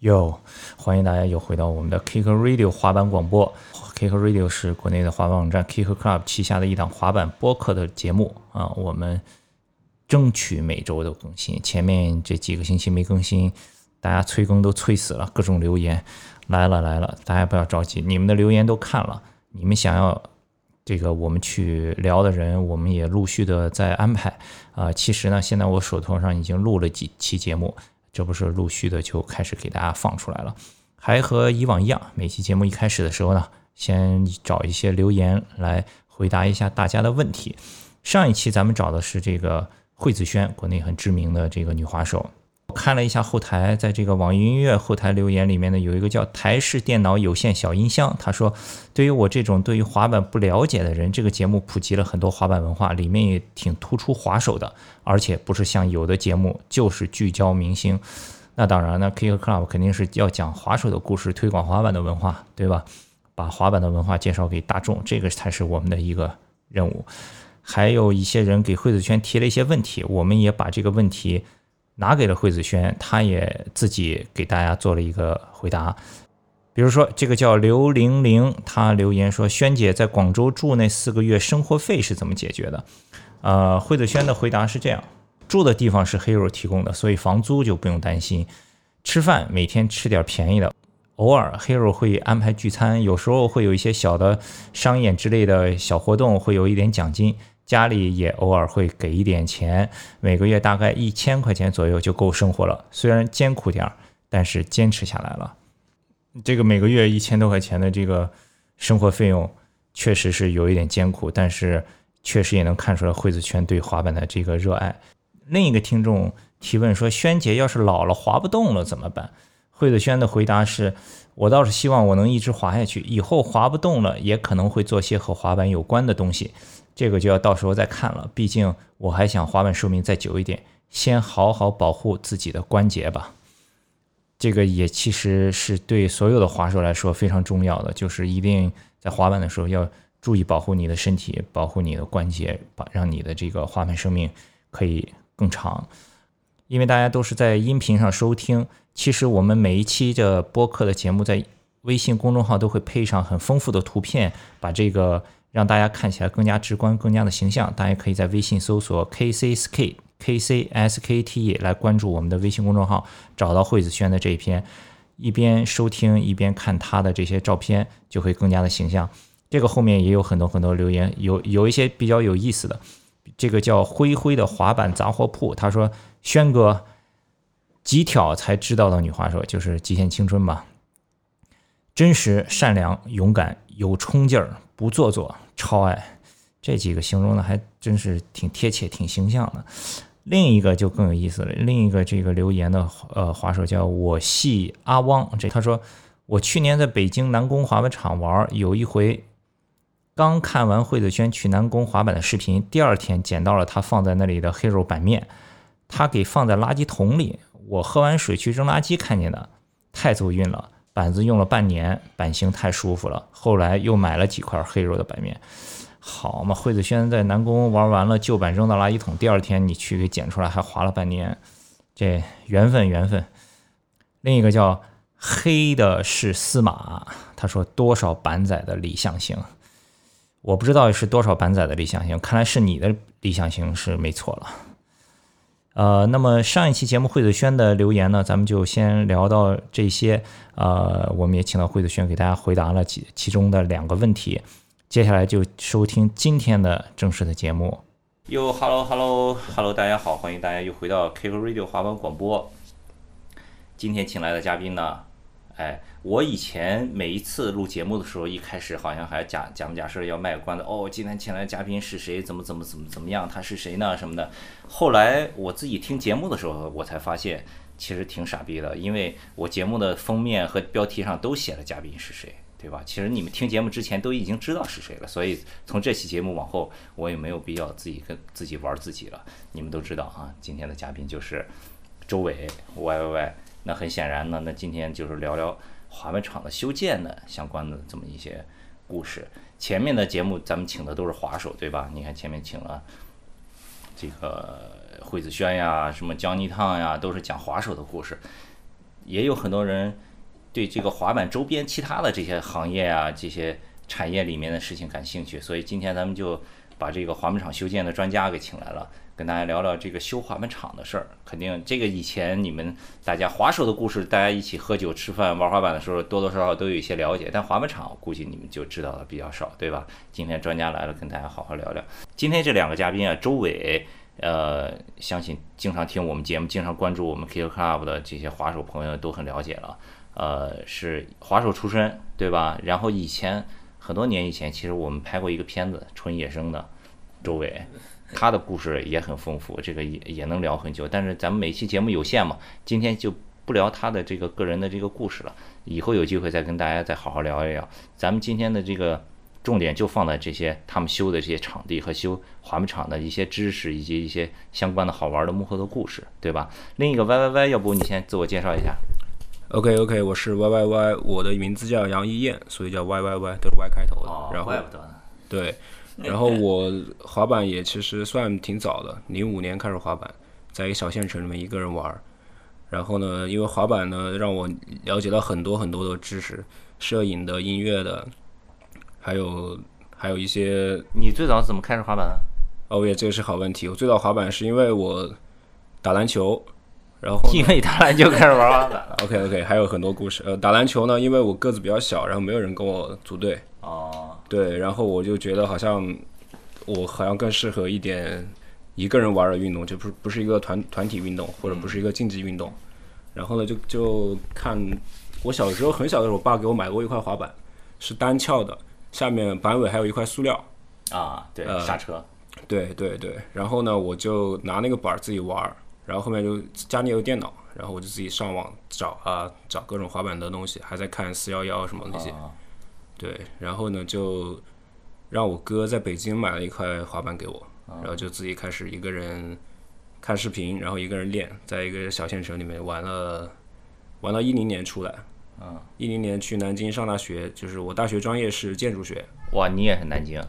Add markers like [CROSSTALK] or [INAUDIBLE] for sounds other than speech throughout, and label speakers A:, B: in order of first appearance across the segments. A: 哟，欢迎大家又回到我们的 Kick Radio 滑板广播。Kick Radio 是国内的滑板网站 Kick Club 旗下的一档滑板播客的节目啊，我们争取每周都更新。前面这几个星期没更新，大家催更都催死了，各种留言来了来了，大家不要着急，你们的留言都看了，你们想要。这个我们去聊的人，我们也陆续的在安排啊、其实呢，现在我手头上已经录了几期节目，这不是陆续的就开始给大家放出来了。还和以往一样，每期节目一开始的时候呢，先找一些留言来回答一下大家的问题。上一期咱们找的是这个惠子轩，国内很知名的这个女滑手。我看了一下后台，在这个网易音乐后台留言里面呢，有一个叫台式电脑有线小音箱，他说：“对于我这种对于滑板不了解的人，这个节目普及了很多滑板文化，里面也挺突出滑手的，而且不是像有的节目就是聚焦明星。那当然呢，Kick Club 肯定是要讲滑手的故事，推广滑板的文化，对吧？把滑板的文化介绍给大众，这个才是我们的一个任务。还有一些人给惠子轩提了一些问题，我们也把这个问题拿给了惠子轩，他也自己给大家做了一个回答。比如说，这个叫刘玲玲，她留言说：“轩姐在广州住那四个月，生活费是怎么解决的？”呃，惠子轩的回答是这样：住的地方是 Hero 提供的，所以房租就不用担心。吃饭每天吃点便宜的，偶尔 Hero 会安排聚餐，有时候会有一些小的商演之类的小活动，会有一点奖金。家里也偶尔会给一点钱，每个月大概一千块钱左右就够生活了。虽然艰苦点儿，但是坚持下来了。这个每个月一千多块钱的这个生活费用，确实是有一点艰苦，但是确实也能看出来惠子圈对滑板的这个热爱。另一个听众提问说：“轩姐要是老了滑不动了怎么办？”惠子轩的回答是：“我倒是希望我能一直滑下去，以后滑不动了，也可能会做些和滑板有关的东西。这个就要到时候再看了，毕竟我还想滑板寿命再久一点，先好好保护自己的关节吧。”这个也其实是对所有的滑手来说非常重要的，就是一定在滑板的时候要注意保护你的身体，保护你的关节，把让你的这个滑板生命可以更长。因为大家都是在音频上收听，其实我们每一期的播客的节目在微信公众号都会配上很丰富的图片，把这个让大家看起来更加直观、更加的形象。大家可以在微信搜索 KCSK KCSKT 来关注我们的微信公众号，找到惠子轩的这一篇，一边收听一边看他的这些照片，就会更加的形象。这个后面也有很多很多留言，有有一些比较有意思的，这个叫灰灰的滑板杂货铺，他说：“轩哥，极挑才知道的女滑手就是《极限青春》吧？真实、善良、勇敢、有冲劲儿，不做作，超爱。”这几个形容的还真是挺贴切、挺形象的。另一个就更有意思了，另一个这个留言的呃滑手叫我系阿汪，这他说我去年在北京南宫滑板场玩儿，有一回刚看完惠子轩去南宫滑板的视频，第二天捡到了他放在那里的 Hero 版面，他给放在垃圾桶里，我喝完水去扔垃圾看见的，太走运了。板子用了半年，版型太舒服了。后来又买了几块 Hero 的版面，好嘛，惠子轩在南宫玩完了旧版扔到垃圾桶，第二天你去给捡出来，还划了半年，这缘分缘分。另一个叫黑的是司马，他说多少板仔的理想型，我不知道是多少板仔的理想型，看来是你的理想型是没错了。呃，那么上一期节目惠子轩的留言呢，咱们就先聊到这些。呃，我们也请到惠子轩给大家回答了其其中的两个问题。接下来就收听今天的正式的节目。哟，hello hello hello，大家好，欢迎大家又回到 Kick Radio 滑板广播。今天请来的嘉宾呢，哎，我以前每一次录节目的时候，一开始好像还假假模假式要卖个关子，哦，今天请来的嘉宾是谁，怎么怎么怎么怎么样，他是谁呢什么的。后来我自己听节目的时候，我才发现其实挺傻逼的，因为我节目的封面和标题上都写了嘉宾是谁。对吧？其实你们听节目之前都已经知道是谁了，所以从这期节目往后，我也没有必要自己跟自己玩自己了。你们都知道啊，今天的嘉宾就是周伟 Y Y Y。那很显然呢，那今天就是聊聊滑板场的修建的相关的这么一些故事。前面的节目咱们请的都是滑手，对吧？你看前面请了啊呃这个惠子轩呀，什么江尼烫呀，都是讲滑手的故事。也有很多人对这个滑板周边其他的这些行业啊、这些产业里面的事情感兴趣，所以今天咱们就把这个滑板场修建的专家给请来了，跟大家聊聊这个修滑板场的事儿。肯定这个以前你们大家滑手的故事，大家一起喝酒、吃饭、玩滑板的时候，多多少少都有一些了解，但滑板场我估计你们就知道的比较少，对吧？今天专家来了，跟大家好好聊聊。今天这两个嘉宾啊，周伟。呃，相信经常听我们节目、经常关注我们 Kick Club 的这些滑手朋友都很了解了。呃，是滑手出身，对吧？然后以前很多年以前，其实我们拍过一个片子，纯野生的，周伟，他的故事也很丰富，这个也也能聊很久。但是咱们每期节目有限嘛，今天就不聊他的这个个人的这个故事了，以后有机会再跟大家再好好聊一聊。咱们今天的这个。重点就放在这些他们修的这些场地和修滑板场的一些知识，以及一些相关的好玩的幕后的故事，对吧？另一个 Y Y Y，要不你先自我介绍一下？
B: OK OK，我是 Y Y Y，我的名字叫杨一燕，所以叫 Y Y Y，都是 Y 开头的。然后
A: 哦怪不得呢。
B: 对，然后我滑板也其实算挺早的，零五年开始滑板，在一个小县城里面一个人玩儿。然后呢，因为滑板呢，让我了解到很多很多的知识，摄影的、音乐的，还有还有一些
A: 你最早怎么开始滑板啊的？
B: 哦耶，这个是好问题。我最早滑板是因为我打篮球，然后
A: 因为他来就开始玩滑板了。
B: OK OK，还有很多故事。呃，打篮球呢，因为我个子比较小，然后没有人跟我组队，
A: [LAUGHS] 哦，
B: 对，然后我就觉得好像我好像更适合一点一个人玩的运动，这不是不是一个团团体运动，或者不是一个竞技运动。然后呢，就就看我小时候很小的时候，我爸给我买过一块滑板，是单翘的，下面板尾还有一块塑料，
A: 啊，对，刹车。
B: 对对对，然后呢，我就拿那个板儿自己玩儿，然后后面就家里有电脑，然后我就自己上网找啊，找各种滑板的东西，还在看四幺幺什么那些。
A: 啊
B: 对，然后呢，就让我哥在北京买了一块滑板给我，然后就自己开始一个人看视频，然后一个人练，在一个小县城里面玩了，玩到一零年出来。嗯，一零年去南京上大学，就是我大学专业是建筑学，
A: 哇，你也是南京，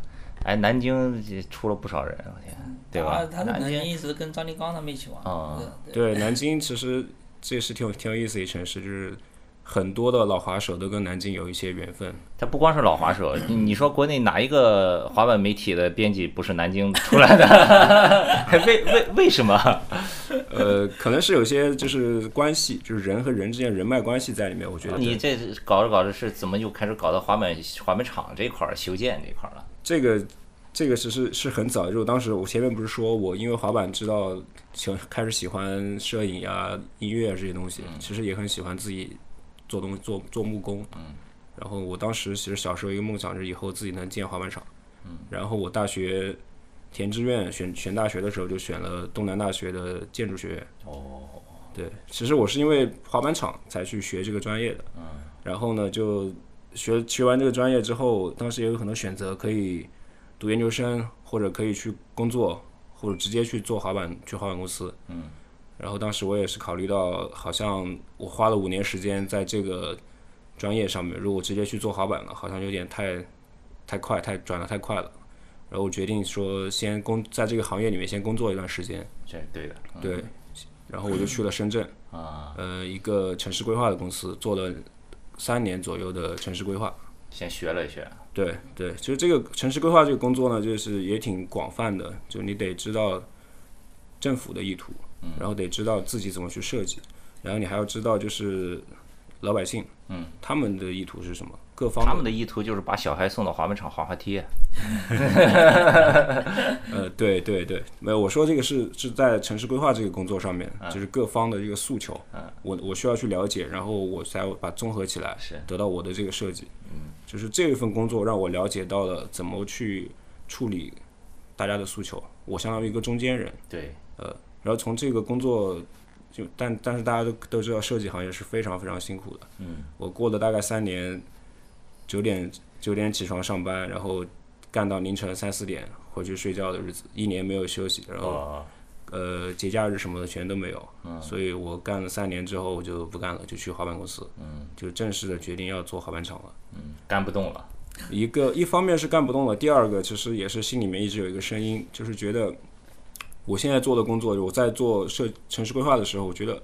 A: 哎，南京这出了不少人，我天，对吧
C: 啊，？他在南京一直跟张立刚他们一起玩。
A: 哦
C: 对
B: 对，南京其实这是挺有挺有意思的一城市，就是很多的老滑手都跟南京有一些缘分。
A: 他不光是老滑手，你你说国内哪一个滑板媒体的编辑不是南京出来的？ [LAUGHS] 为为为什么？
B: 呃，可能是有些就是关系，就是人和人之间人脉关系在里面。我觉得
A: 你这是搞着搞着是怎么又开始搞到滑板滑板场这块儿修建这块儿了？
B: 这个这个其实是很早，就当时我前面不是说我因为滑板知道喜欢开始喜欢摄影啊、音乐啊这些东西，其实也很喜欢自己做东做做木工。嗯。然后我当时其实小时候一个梦想是以后自己能建滑板场。嗯。然后我大学填志愿选选大学的时候就选了东南大学的建筑学院。
A: 哦，
B: 对，其实我是因为滑板场才去学这个专业的。嗯。然后呢，就学学完这个专业之后，当时也有很多选择，可以读研究生，或者可以去工作，或者直接去做滑板，去滑板公司。嗯。然后当时我也是考虑到，好像我花了五年时间在这个专业上面，如果直接去做滑板了，好像有点太太快，太转的太快了。然后我决定说，先工在这个行业里面先工作一段时间。
A: 这是对的。嗯
B: 对，然后我就去了深圳，
A: 啊，
B: 呃，一个城市规划的公司做了三年左右的城市规划。
A: 先学了一学。
B: 对对，其实这个城市规划这个工作呢，就是也挺广泛的，就你得知道政府的意图，然后得知道自己怎么去设计，然后你还要知道就是老百姓，嗯，他们的意图是什么，各方
A: 他
B: 面
A: 们的意图就是把小孩送到滑板场滑滑梯。啊
B: 呃，对对对，没有，我说这个是是在城市规划这个工作上面，就是各方的这个诉求，我我需要去了解，然后我才把综合起来，
A: 是
B: 得到我的这个设计。嗯，就是这一份工作让我了解到了怎么去处理大家的诉求，我相当于一个中间人。呃
A: 对，
B: 然后从这个工作就，但但是大家都都知道，设计行业是非常非常辛苦的。嗯，我过了大概三年，九点九点起床上班，然后干到凌晨三四点回去睡觉的日子，一年没有休息，然后、
A: 哦，
B: 呃节假日什么的全都没有。嗯，所以我干了三年之后，我就不干了，就去滑板公司。嗯，就正式的决定要做滑板场了。
A: 嗯干不动了。
B: 一个一方面是干不动了，第二个其实也是心里面一直有一个声音，就是觉得我现在做的工作，我在做设城市规划的时候，我觉得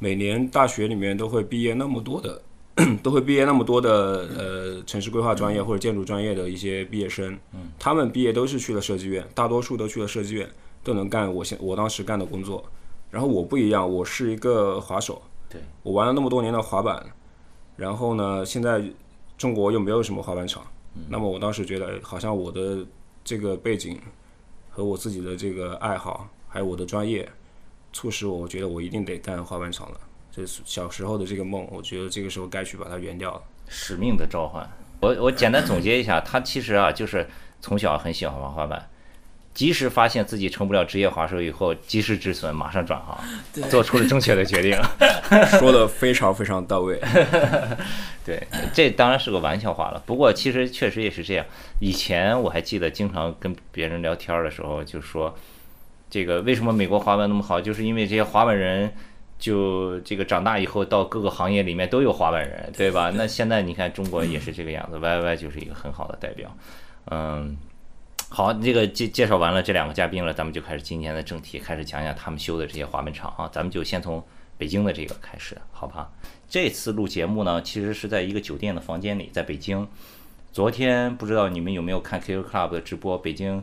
B: 每年大学里面都会毕业那么多的， [CLEARS THROAT] 都会毕业那么多的呃城市规划专业或者建筑专业的一些毕业生，他们毕业都是去了设计院，大多数都去了设计院，都能干我现我当时干的工作。然后我不一样，我是一个滑手，
A: 对
B: 我玩了那么多年的滑板，然后呢，现在中国又没有什么滑板场，那么我当时觉得哎好像我的这个背景和我自己的这个爱好，还有我的专业，促使我，我觉得我一定得干滑板场了。这是小时候的这个梦，我觉得这个时候该去把它圆掉了。
A: 使命的召唤。我我简单总结一下，他其实啊，就是从小很喜欢玩滑板，及时发现自己成不了职业滑手以后，及时止损，马上转行，做出了正确的决定。
B: [LAUGHS] 说的非常非常到位。
A: 对，这当然是个玩笑话了。不过其实确实也是这样。以前我还记得，经常跟别人聊天儿的时候，就说这个为什么美国滑板那么好，就是因为这些滑板人就这个长大以后到各个行业里面都有滑板人，对吧？那现在你看中国也是这个样子，Y Y 就是一个很好的代表。嗯，好，这个介介绍完了这两个嘉宾了，咱们就开始今天的正题，开始讲讲他们修的这些滑板场啊。咱们就先从北京的这个开始，好吧？这次录节目呢，其实是在一个酒店的房间里，在北京。昨天不知道你们有没有看 QQ Club 的直播？北京，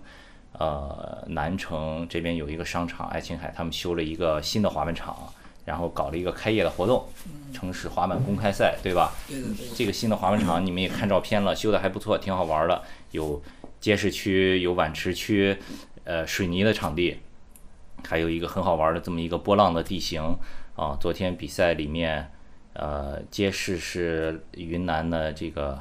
A: 呃，南城这边有一个商场爱琴海，他们修了一个新的滑板场，然后搞了一个开业的活动，城市滑板公开赛，对吧？
C: 对的对的，
A: 这个新的滑板场你们也看照片了，修的还不错，挺好玩的，有街市区，有碗池区，呃，水泥的场地，还有一个很好玩的这么一个波浪的地形啊。昨天比赛里面，呃，街市是云南的这个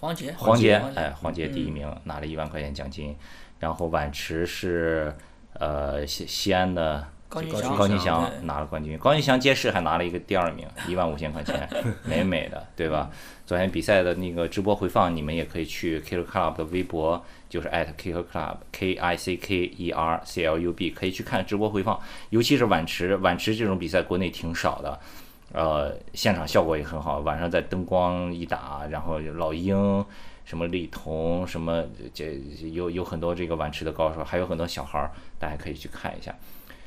C: 黄杰，
A: 黄
C: 杰
A: 杰，，哎，黄杰第一名，拿了一万块钱奖金。然后碗池是呃西西安的
C: 高俊
B: 高
C: 翔，
A: 高
B: 俊
A: 俊
C: 翔
A: 翔
C: 对
A: 拿了冠军，高俊翔街市还拿了一个第二名，一万五千块钱，美美的，对
C: 嗯
A: 吧？ [LAUGHS] 昨天比赛的那个直播回放，你们也可以去 Kicker Club 的微博，就是 at Kicker Club K I C K E R C L U B，可以去看直播回放。尤其是碗池，碗池这种比赛国内挺少的，呃，现场效果也很好。晚上在灯光一打，然后老鹰、什么李彤、什么这这有有很多这个碗池的高手，还有很多小孩儿，大家可以去看一下。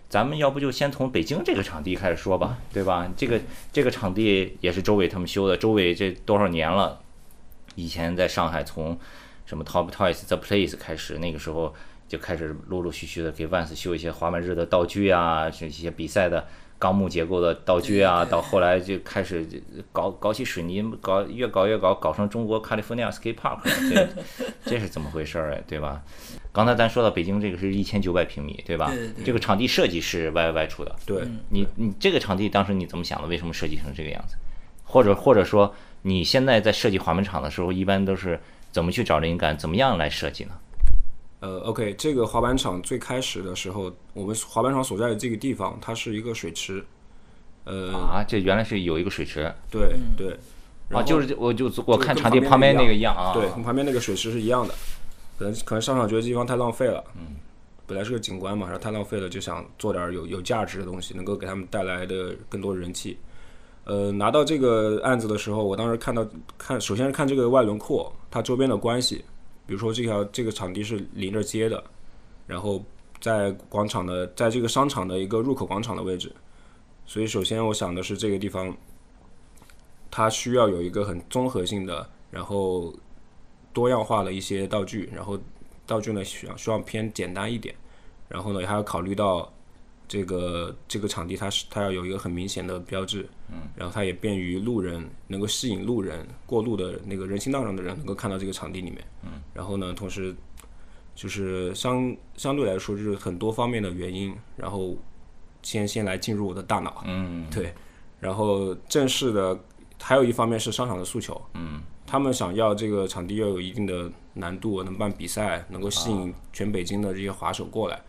A: 咱们要不就先从北京这个场地开始说吧，对吧？这个这个场地也是周伟他们修的，周伟这多少年了？以前在上海从什么 Top Toys The Place 开始，那个时候就开始陆陆续续的给 Vans 修一些滑板日的道具啊，这些比赛的钢木结构的道具啊，到后来就开始搞搞起水泥，搞越搞越搞，搞成中国 California Skate Park，了这这是怎么回事儿、啊？对吧？刚才咱说到北京这个是一千九百平米，对吧？
C: 对对对
A: 这个场地设计是 YY 出的，
B: 对，
A: 你你这个场地当时你怎么想的？为什么设计成这个样子？或者或者说你现在在设计滑门场的时候，一般都是怎么去找灵感，怎么样来设计呢？
B: 呃，OK，这个滑板场最开始的时候，我们滑板场所在的这个地方，它是一个水池。呃，
A: 啊，这原来是有一个水池
B: 对对，然
A: 啊，
B: 后
A: 就是我就我看
B: 跟
A: 场地
B: 旁
A: 旁
B: 边
A: 边
B: 那
A: 那
B: 个
A: 个一样啊，
B: 对，跟旁边那个水池是一样的。可能可能商场觉得这地方太浪费了，嗯，本来是个景观嘛，然后太浪费了，就想做点有有价值的东西，能够给他们带来的更多人气。呃，拿到这个案子的时候，我当时看到看，首先是看这个外轮廓，它周边的关系，比如说这条这个场地是临着街的，然后在广场的，在这个商场的一个入口广场的位置，所以首先我想的是这个地方，它需要有一个很综合性的，然后多样化的一些道具，然后道具呢需要需要偏简单一点，然后呢还要考虑到这个这个场地它是它要有一个很明显的标志，嗯，然后它也便于路人能够吸引路人过路的那个人行道上的人能够看到这个场地里面，嗯，然后呢同时就是相相对来说就是很多方面的原因，然后先先来进入我的大脑，
A: 嗯，
B: 对，然后正式的还有一方面是商场的诉求，嗯，他们想要这个场地要有一定的难度，能办比赛，能够吸引全北京的这些滑手过来。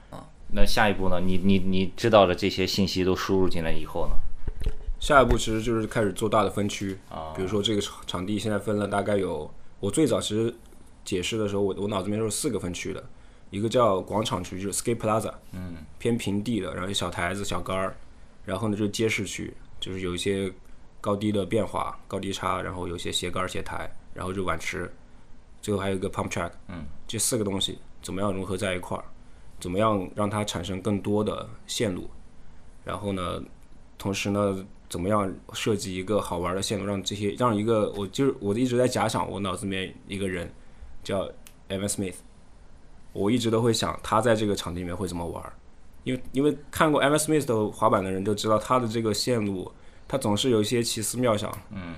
A: 那下一步呢？你你你知道了这些信息都输入进来以后呢？
B: 下一步其实就是开始做大的分区，比如说这个场场地现在分了大概有，我最早其实解释的时候，我我脑子里面是有四个分区的，一个叫广场区，就是 skate plaza，嗯，偏平地的，然后有小台子、小杆儿，然后呢就是街市区，就是有一些高低的变化、高低差，然后有一些斜杆儿、斜台，然后就碗池，最后还有一个 pump track，嗯，这四个东西怎么样融合在一块儿，怎么样让它产生更多的线路，然后呢，同时呢，怎么样设计一个好玩的线路，让这些让一个我就是我一直在假想我脑子里面一个人叫 Evan Smith，我一直都会想他在这个场地里面会怎么玩儿，因为因为看过 Evan Smith 的滑板的人都知道他的这个线路，他总是有一些奇思妙想，嗯，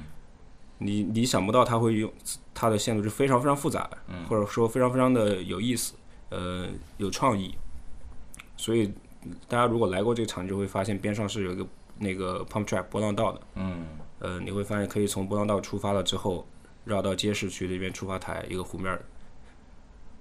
B: 你你想不到他会用他的线路是非常非常复杂的，或者说非常非常的有意思，呃，有创意，所以大家如果来过这个场地，就会发现边上是有一个那个 pump track 波浪道的，嗯，呃，你会发现可以从波浪道出发了之后，绕到街市区那边出发台一个湖面儿，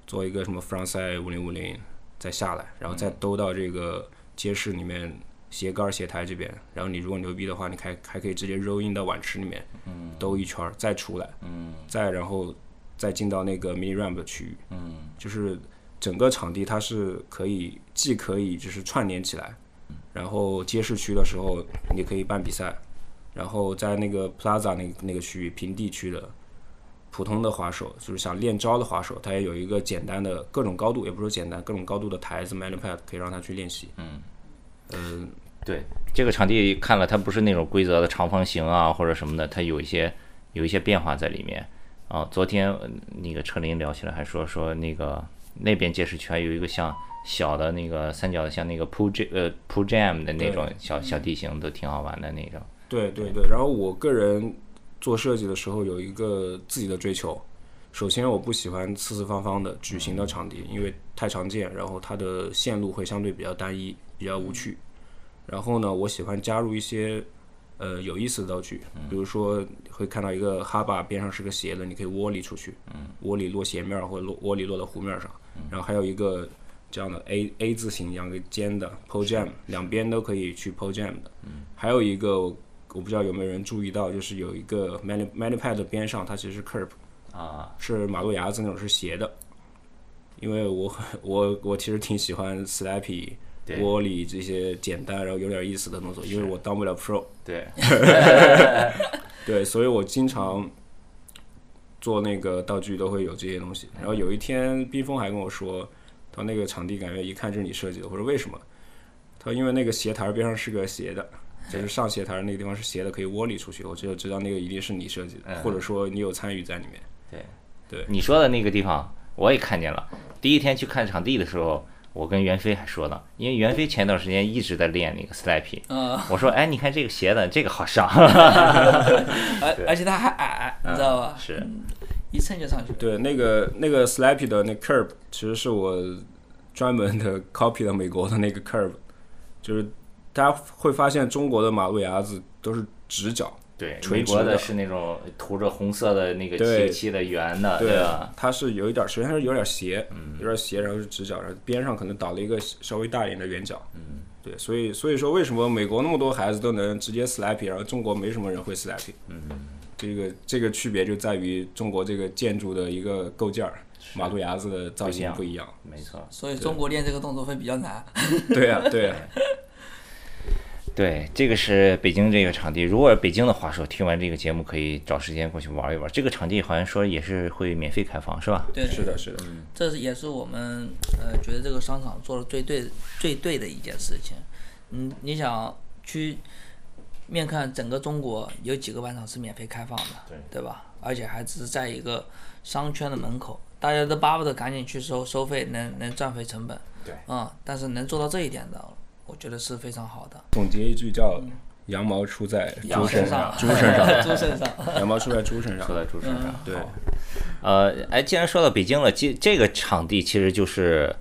B: 做一个什么 front side 五零五零，再下来，然后再兜到这个街市里面斜杆儿斜台这边，然后你如果牛逼的话，你还还可以直接 roll in 到碗池里面，嗯，兜一圈儿再出来，嗯，再然后再进到那个 mini ramp 的区域，嗯，就是整个场地它是可以既可以就是串联起来，然后街市区的时候你可以办比赛，然后在那个 plaza 那那个区域平地区的普通的滑手，就是想练招的滑手，他也有一个简单的各种高度，也不是说简单，各种高度的台子 m a n u pad 可以让他去练习。嗯，呃，
A: 对，这个场地看了，它不是那种规则的长方形啊或者什么的，它有一些有一些变化在里面啊。昨天呃那个车林聊起来还说说那个那边街市区还有一个像小的那个三角的，像那个 pool jam 呃 pool jam 的那种小小地形，都挺好玩的那种。
B: 对对对，然后我个人做设计的时候有一个自己的追求。首先，我不喜欢四四方方的矩形的场地，因为太常见，然后它的线路会相对比较单一，比较无趣。然后呢，我喜欢加入一些呃有意思的道具，比如说会看到一个哈巴边上是个斜的，你可以窝里出去，窝里落斜面儿或者落窝里落到湖面儿上。然后还有一个这样的 A A 字形两个尖的 p o jam，两边都可以去 p o jam 的。还有一个我我不知道有没有人注意到，就是有一个 manu manu pad 的边上，它其实是 curb 啊，是马路牙子那种是斜的。因为我我我其实挺喜欢 slappy、窝里这些简单然后有点意思的动作，因为我当不了 pro，
A: 对，
B: [LAUGHS] 对，所以我经常做那个道具都会有这些东西。然后有一天，冰峰还跟我说，他说那个场地感觉一看就是你设计的。我说为什么？他说因为那个斜台边上是个斜的，就是上斜台那个地方是斜的，可以窝里出去。我就知道那个一定是你设计的，或者说你有参与在里面。
A: 你说的那个地方我也看见了。第一天去看场地的时候，我跟袁飞还说呢，因为袁飞前段时间一直在练那个 slappy，、
C: 嗯，
A: 我说哎，你看这个鞋子，这个好上，
C: 而而且他还矮，你知道吧？
A: 是
C: 一蹭就上去了。
B: 对，那个那个 slappy 的那 curb 其实是我专门的 [LAUGHS] copy 了美国的那个 curb，就是大家会发现中国的马路牙子都是直角。
A: 对，
B: 垂
A: 美国
B: 直的
A: 的是那种涂着红色的那个
B: 对
A: 漆漆的圆的，
B: 对
A: 吧？
B: 它是有一点儿，首先它是有点儿斜，有点儿斜，然后是直角，然后边上可能倒了一个稍微大一点的圆角。嗯，对，所以所以说为什么美国那么多孩子都能直接 slappy，然后中国没什么人会 slappy？嗯，这个这个区别就在于中国这个建筑的一个构件儿，马路牙子的造型不一样。
A: 没错，
C: 所以中国练这个动作会比较难。
B: 对呀、 [LAUGHS] 对呀、啊
A: 对，这个是北京这个场地。如果北京的滑手听完这个节目，可以找时间过去玩一玩。这个场地好像说也是会免费开放，是吧？
C: 对，
B: 是的，是的。
C: 这是也是我们呃觉得这个商场做的最对最对的一件事情。嗯，你想去面看整个中国有几个板场是免费开放的，对吧？而且还只是在一个商圈的门口，大家都巴不得赶紧去收收费，能能赚回成本。
A: 对，
C: 嗯，但是能做到这一点的，我觉得是非常好的。
B: 总结一句叫“羊毛出在猪身上”，
C: 猪身上，猪身上，
B: 羊毛出在猪身上
A: 说。到主身上，
B: 对，
A: 呃，哎，既然说到北京了，这这个场地其实就是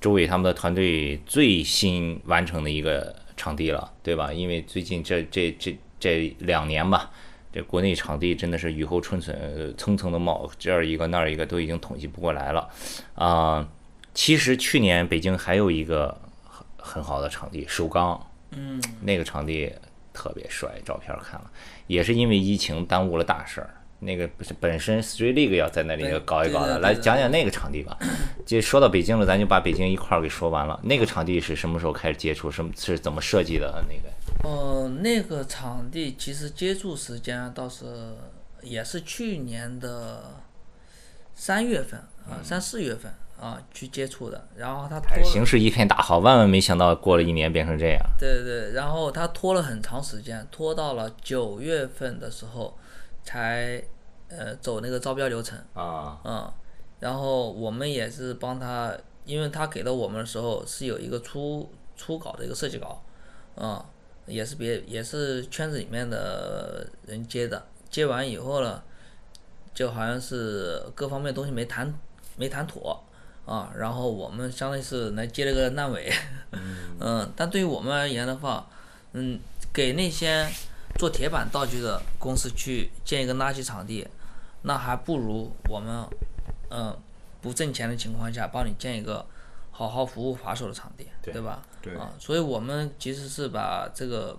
A: 周伟他们的团队最新完成的一个场地了，对吧？因为最近这这这这两年吧，这国内场地真的是雨后春笋，呃层层的冒，这儿一个那儿一个都已经统计不过来了啊、其实去年北京还有一个很很好的场地，首钢，
C: 嗯，
A: 那个场地特别帅，照片看了，也是因为疫情耽误了大事儿。那个不是本身 Street League 要在那里
C: 对
A: 搞一搞
C: 对的对的
A: 来讲讲那个场地吧。就说到北京了，咱就把北京一块儿给说完了。那个场地是什么时候开始接触？什么是怎么设计的？那个
C: 呃，那个场地其实接触时间倒是也是去年的三月份啊，三四月份啊、啊、去接触的，然后他拖
A: 哎，
C: 了
A: 形势一片大好，万万没想到过了一年变成这样。
C: 对对，然后他拖了很长时间，拖到了九月份的时候才呃走那个招标流程，
A: 啊，
C: 嗯，然后我们也是帮他，因为他给到我们的时候是有一个初初稿的一个设计稿，嗯，也是别也是圈子里面的人接的，接完以后呢，就好像是各方面东西没谈没谈妥啊，然后我们相当于是来接了个烂尾，嗯，但对于我们而言的话，嗯，给那些做铁板道具的公司去建一个垃圾场地，那还不如我们，嗯，不挣钱的情况下帮你建一个好好服务扒手的场地，对吧？
B: 对
C: 啊，所以我们其实是把这个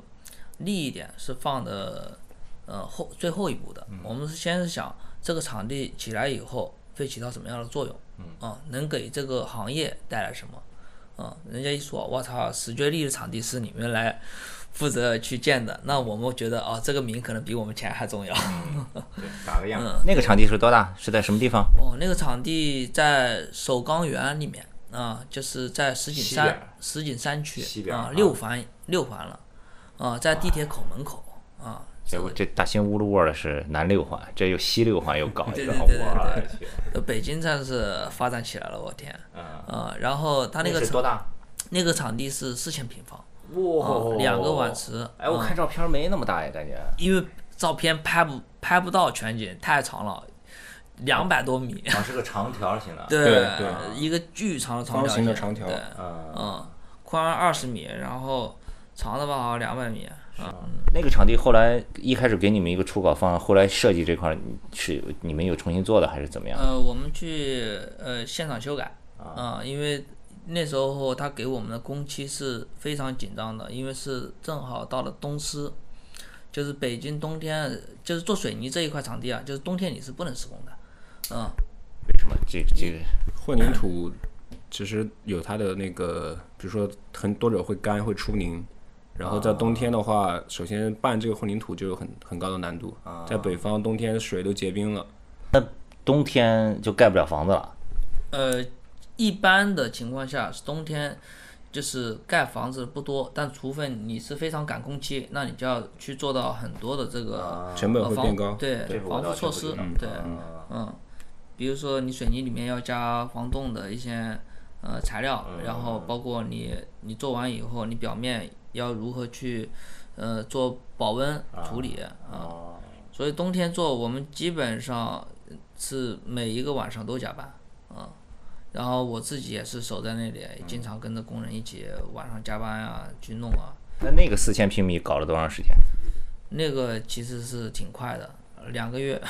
C: 利益点是放的，呃后最后一步的。我们是先是想这个场地起来以后会起到什么样的作用，啊，能给这个行业带来什么？啊，人家一说，我操，史爵利的场地是你们来负责去建的，那我们觉得啊，这个名可能比我们钱还重要。
A: 打个样。那个场地是多大？是在什么地方？
C: 哦，那个场地在首钢园里面啊，就是在石景
B: 西边
C: 山石景山区
A: 西边
C: 啊
A: 啊，
C: 六环六环了啊，在地铁口门口啊，
A: 这我这大兴乌鲁沃的是南六环，这又西六环又搞一
C: 对
A: 个，
C: 对对对
A: 我去，
C: 呃北京站是发展起来了，我天
A: 嗯，
C: 啊！然后它那个
A: 是多
C: 场
A: 大？
C: 那个场地是四千平方，
A: 哇
C: 啊两个嗯碗池
A: 哎，我看照片没那么大呀，感
C: [LAUGHS]
A: 觉。
C: 因为照片拍不拍不到全景，太长了，两百多米，
A: 啊，是个长条形的。
C: 对
B: 对对
C: 一个巨长的长
B: 方
C: 条
B: 形的
C: 线
B: 长条
C: 对，
A: 嗯，
C: 嗯，宽二十米，然后长的吧好像两百米，
A: 那个场地后来一开始给你们一个初稿方案，后来设计这块儿你是你们有重新做的还是怎么样？
C: 呃，我们去呃现场修改啊、因为那时候他给我们的工期是非常紧张的，因为是正好到了冬湿，就是北京冬天就是做水泥这一块场地啊，就是冬天你是不能施工的，嗯，
A: 为什么这个这个？
B: 混凝土其实有它的那个，比如说很多者会干会出泥，然后在冬天的话，首先拌这个混凝土就有很很高的难度。在北方冬天水都结冰了，
A: 冬天就盖不了房子了。
C: 呃，一般的情况下是冬天。就是盖房子不多，但除非你是非常赶工期，那你就要去做到很多的这个
B: 成本
C: 呃
B: 会
C: 防
B: 变高。
C: 对
A: 这个我
C: 防
A: 倒
C: 护
A: 是
C: 措
A: 不知
C: 施
A: 道，
C: 对，嗯，比如说你水泥里面要加防冻的一些呃材料，然后包括你你做完以后，你表面要如何去呃做保温处理啊，所以冬天做我们基本上是每一个晚上都加班啊。然后我自己也是守在那里，经常跟着工人一起晚上加班啊，去弄啊。
A: 那那个四千平米搞了多长时间？
C: 那个其实是挺快的，两个月。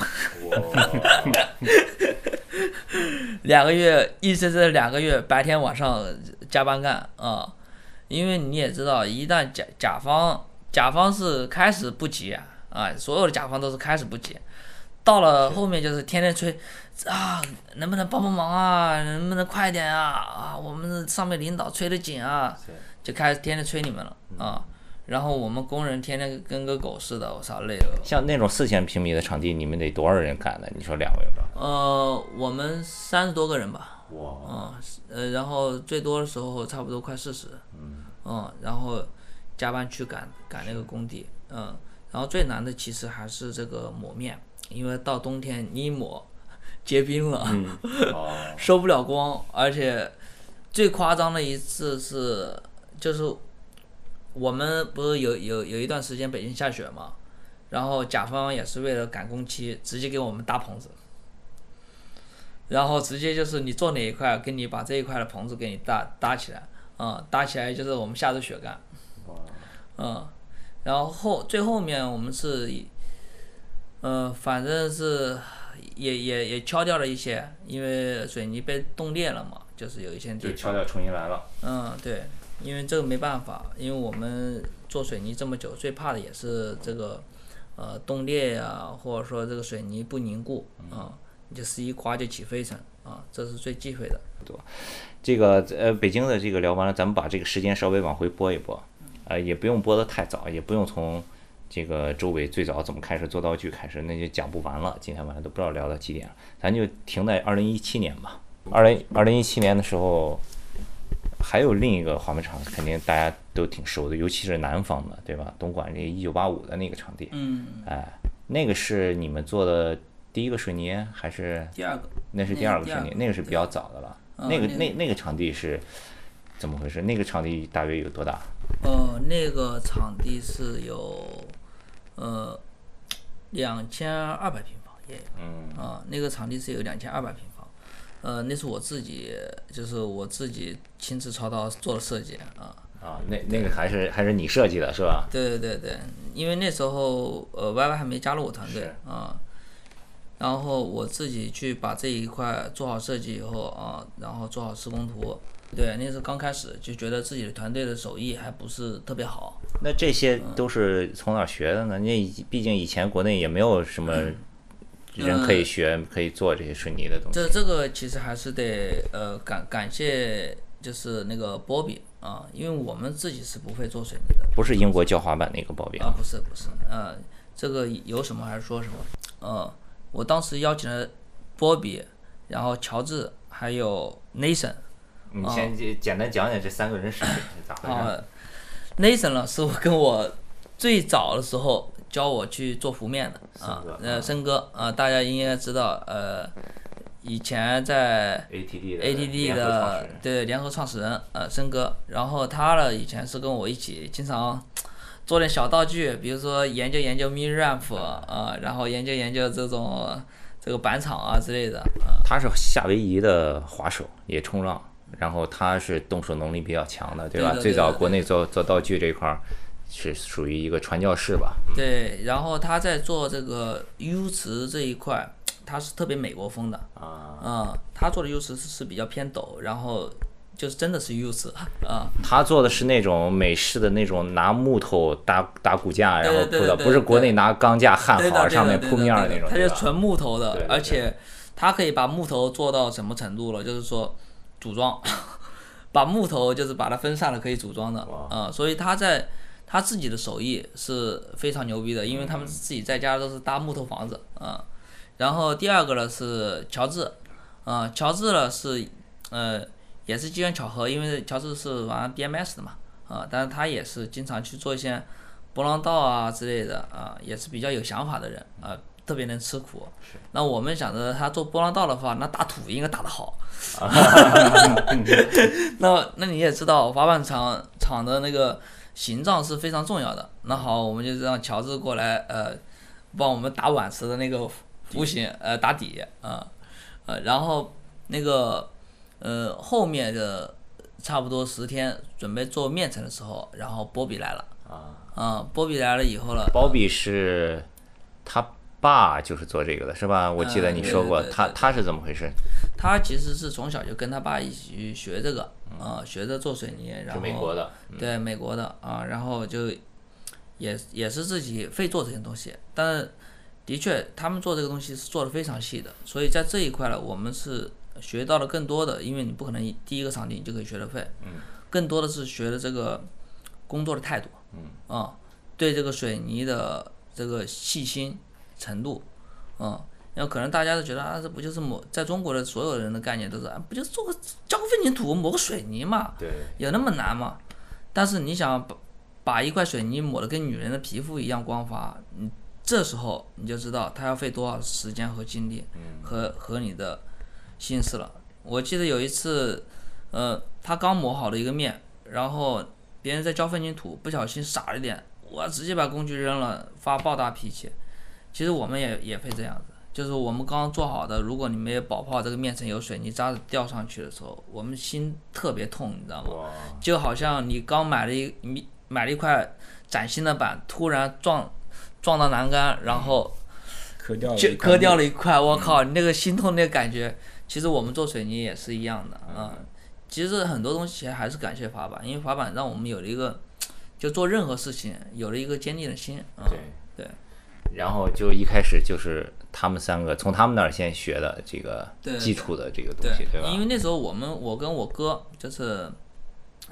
C: [LAUGHS] 两个月，意思是两个月，白天晚上加班干啊、因为你也知道，一旦甲甲方甲方是开始不急啊、所有的甲方都是开始不急，到了后面就是天天催啊，能不能帮帮忙啊，能不能快点啊啊，我们的上面领导催得紧啊，就开始天天催你们了啊、然后我们工人天天跟个狗似的，我操，累了。
A: 像那种四千平米的场地，你们得多少人干呢？你说两个月吧。
C: 呃，我们三十多个人吧。哇。嗯，呃，然后最多的时候差不多快四十。嗯。然后加班去赶赶那个工地，嗯，然后最难的其实还是这个抹面，因为到冬天你一抹结冰了，哦 [LAUGHS] 收不了光，而且最夸张的一次是就是。我们不是有有有一段时间北京下雪嘛，然后甲方也是为了赶工期，直接给我们搭棚子，然后直接就是你做哪一块，给你把这一块的棚子给你搭搭起来，啊、搭起来就是我们下着雪干，嗯，然后后最后面我们是以，呃，反正是也也也敲掉了一些，因为水泥被冻裂了嘛，就是有一些地方，
A: 掉重新来了。
C: 嗯，对，因为这个没办法，因为我们做水泥这么久，最怕的也是这个，呃，冻裂呀、或者说这个水泥不凝固啊，你就十一刮就起飞尘啊，这是最忌讳的。
A: 这个呃，北京的这个聊完了，咱们把这个时间稍微往回拨一拨，呃，也不用拨得太早，也不用从这个周围最早怎么开始做道具开始，那就讲不完了。今天晚上都不知道聊到几点了，咱就停在二零一七年吧。二零二零一七年的时候，还有另一个滑板场，肯定大家都挺熟的，尤其是南方的，对吧？东莞这一九八五的那个场地，
C: 嗯，
A: 哎，那个是你们做的第一个水泥还是？
C: 第二个，
A: 那是
C: 那
A: 第二个
C: 第
A: 水
C: 二
A: 泥，
C: 个
A: 那个是比较早的了。
C: 嗯
A: 哦那个
C: 那个
A: 那那个场地是怎么回事？那个场地大约有多大？
C: 呃，那个场地是有，呃，两千二百平方也有，
A: 嗯
C: 啊、那个场地是有两千二百平方，呃，那是我自己，就是我自己亲自操刀做的设计啊、
A: 啊，那那个还是还是你设计的是吧？
C: 对对对对，因为那时候呃，YY 还没加入我团队啊、然后我自己去把这一块做好设计以后啊、然后做好施工图。对，那时候刚开始就觉得自己的团队的手艺还不是特别好，
A: 那这些都是从哪儿学的呢？那以毕竟以前国内也没有什么人可以学、可以做嗯这些水泥的东西。
C: 这这个其实还是得呃感感谢就是那个波比啊，因为我们自己是不会做水泥的
A: 不是英国教滑板那个褒贬
C: 啊，，不是不是，呃，这个有什么还是说什么，呃，我当时邀请了波比，然后乔治还有 Nathan
A: 你先简简单讲讲这三个人是谁，是咋回事？
C: 啊，Nathan 呢是我跟我最早的时候教我去做浮面的啊
A: 森哥，
C: 呃，森哥啊，大家应该知道，呃，以前在
A: ATD 的
C: ATD
A: 呃联合创始
C: 的
A: 人
C: 对联合创始人呃森哥，然后他呢以前是跟我一起经常做点小道具，比如说研究研究 mini ramp 啊、然后研究研究这种这个板场啊之类的啊、
A: 他是夏威夷的滑手，也冲浪，然后他是动手能力比较强的，对吧？
C: 对的
A: 最早
C: 对的
A: 国内做做道具这一块儿是属于一个传教士吧，
C: 对，然后他在做这个 U 池这一块，他是特别美国风的
A: 啊，
C: 嗯，他做的 U 池是是比较偏陡，然后就是真的是 U 池啊、
A: 他做的是那种美式的那种拿木头搭搭骨架，然
C: 对
A: 后
C: 对
A: 铺的，
C: 对
A: 不是
C: 对
A: 国内拿钢架焊
C: 对
A: 好
C: 的，
A: 上
C: 对
A: 面
C: 的，
A: 铺
C: 对
A: 面儿
C: 的，
A: 那
C: 对
A: 种，
C: 的，它
A: 对
C: 是
A: 吧
C: 纯木头
A: 对对
C: 的，
A: 对
C: 而且它可以把木头做到什么程度了？就是说组装， [LAUGHS] 把木头就是把它分散了可以组装的
A: 哇
C: 啊、呃所以他在他自己的手艺是非常牛逼的，因为他们自己在家都是搭木头房子啊、呃然后第二个呢是乔治，啊、乔治呢是呃也是机缘巧合，因为乔治是玩 BMS 的嘛啊、但是他也是经常去做一些。波浪道啊之类的啊，也是比较有想法的人啊，特别能吃苦。那我们想着他做波浪道的话，那打土应该打得好。那那你也知道，滑板场场的那个形状是非常重要的。那好，我们就让乔治过来，呃，帮我们打碗池的那个弧形，呃，打底啊、呃，然后那个呃后面的差不多十天准备做面层的时候，然后波比来了。啊，波比来了以后了，
A: 鲍比是他爸就是做这个的，是吧？我记得
C: 嗯
A: 你
C: 对
A: 说
C: 对
A: 过，
C: 对
A: 他
C: 对
A: 他是怎么回事？
C: 他其实是从小就跟他爸一起去学这个，啊、学着做水泥，然
A: 是
C: 后
A: 美国的，
C: 对美国的啊，然后就也也是自己会做这些东西，但是的确他们做这个东西是做的非常细的，所以在这一块呢，我们是学到了更多的，因为你不可能一第一个场地你就可以学得会，嗯，更多的是学的这个工作的态度，嗯啊，对这个水泥的这个细心程度，嗯。然后可能大家都觉得啊，这不就是抹？在中国的所有人的概念都是啊，不就做个浇个混凝土，抹个水泥嘛，
A: 对，
C: 有那么难吗？但是你想把把一块水泥抹得跟女人的皮肤一样光滑，你这时候你就知道它要费多少时间和精力和和你的心思了。我记得有一次，呃，他刚磨好了一个面，然后别人在浇混凝土，不小心傻了一点，我直接把工具扔了，发暴大脾气。其实我们也也会这样子，就是我们刚刚做好的，如果你没有保泡，这个面层有水泥渣子掉上去的时候，我们心特别痛，你知道吗？
A: 哇，
C: 就好像你刚买了一你买了一块崭新的板，突然撞撞到栏杆，然后
B: 磕掉了嗯
C: 就
B: 一块嗯
C: 割掉
B: 木
C: 了一块，我靠，你那个心痛那个感觉，其实我们做水泥也是一样的啊、其实很多东西还是感谢滑板，因为滑板让我们有了一个，就做任何事情有了一个坚定的心啊、
A: 对
C: 对。
A: 然后就一开始就是他们三个从他们那儿先学的这个
C: 对
A: 基础的这个东西，对吧？
C: 因为那时候我们我跟我哥就是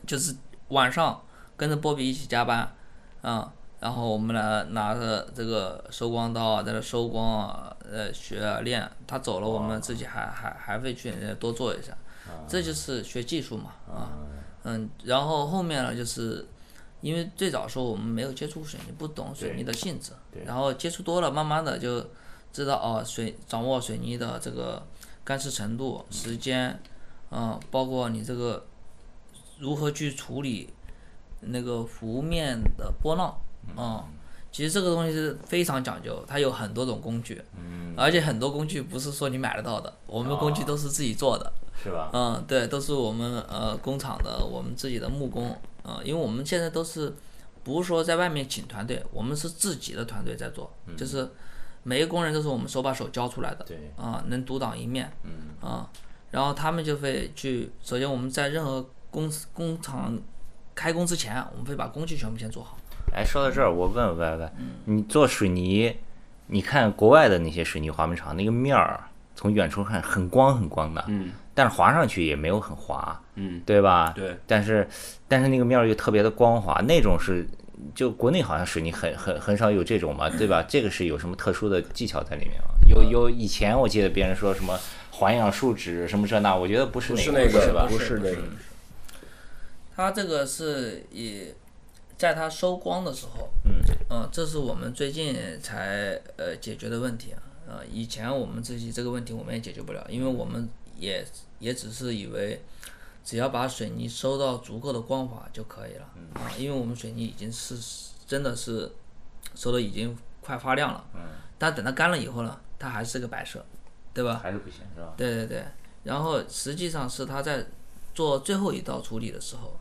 C: 就是晚上跟着波比一起加班，啊、然后我们俩拿着这个收光刀啊，在那收光啊，呃，学啊练。他走了，我们自己
A: 啊
C: 还还还会去呃多做一下，这就是学技术嘛啊，嗯，然后后面呢，就是因为最早时候我们没有接触水泥，不懂水泥的性质，然后接触多了，慢慢的就知道哦，水掌握水泥的这个干湿程度、时间，嗯，包括你这个如何去处理那个弧面的波浪，嗯，其实这个东西是非常讲究，它有很多种工具，而且很多工具不是说你买得到的，我们工具都是自己做的，
A: 是吧？
C: 嗯，对，都是我们呃工厂的，我们自己的木工，嗯，因为我们现在都是不是说在外面请团队，我们是自己的团队在做，就是每个工人都是我们手把手教出来的，
A: 嗯对，
C: 啊、能独当一面，嗯，啊、然后他们就会去，首先我们在任何公司工厂开工之前，我们会把工具全部先做好，
A: 哎，说到这儿，我问问歪歪，你做水泥，你看国外的那些水泥滑门厂，那个面儿从远处看很光很光的，嗯，但是滑上去也没有很滑，
B: 嗯，
A: 对吧？
B: 对，
A: 但是但是那个面儿又特别的光滑，那种是就国内好像水泥很很很少有这种嘛，对吧？这个是有什么特殊的技巧在里面吗？有有以前我记得别人说什么环氧树脂什么这那，我觉得不是
B: 不
A: 那
B: 是
A: 个，
B: 那
A: 是
B: 个
A: 吧，？
B: 不是那个，
C: 它这个是以在它收光的时候，
A: 嗯
C: 嗯，这是我们最近才呃解决的问题啊。呃，以前我们自己这个问题我们也解决不了，因为我们也也只是以为只要把水泥收到足够的光滑就可以了啊，因为我们水泥已经是真的是收的已经快发亮了，但等它干了以后呢，它还是个白色，对吧？
A: 还是不行是吧？
C: 对对对，然后实际上是他在做最后一道处理的时候，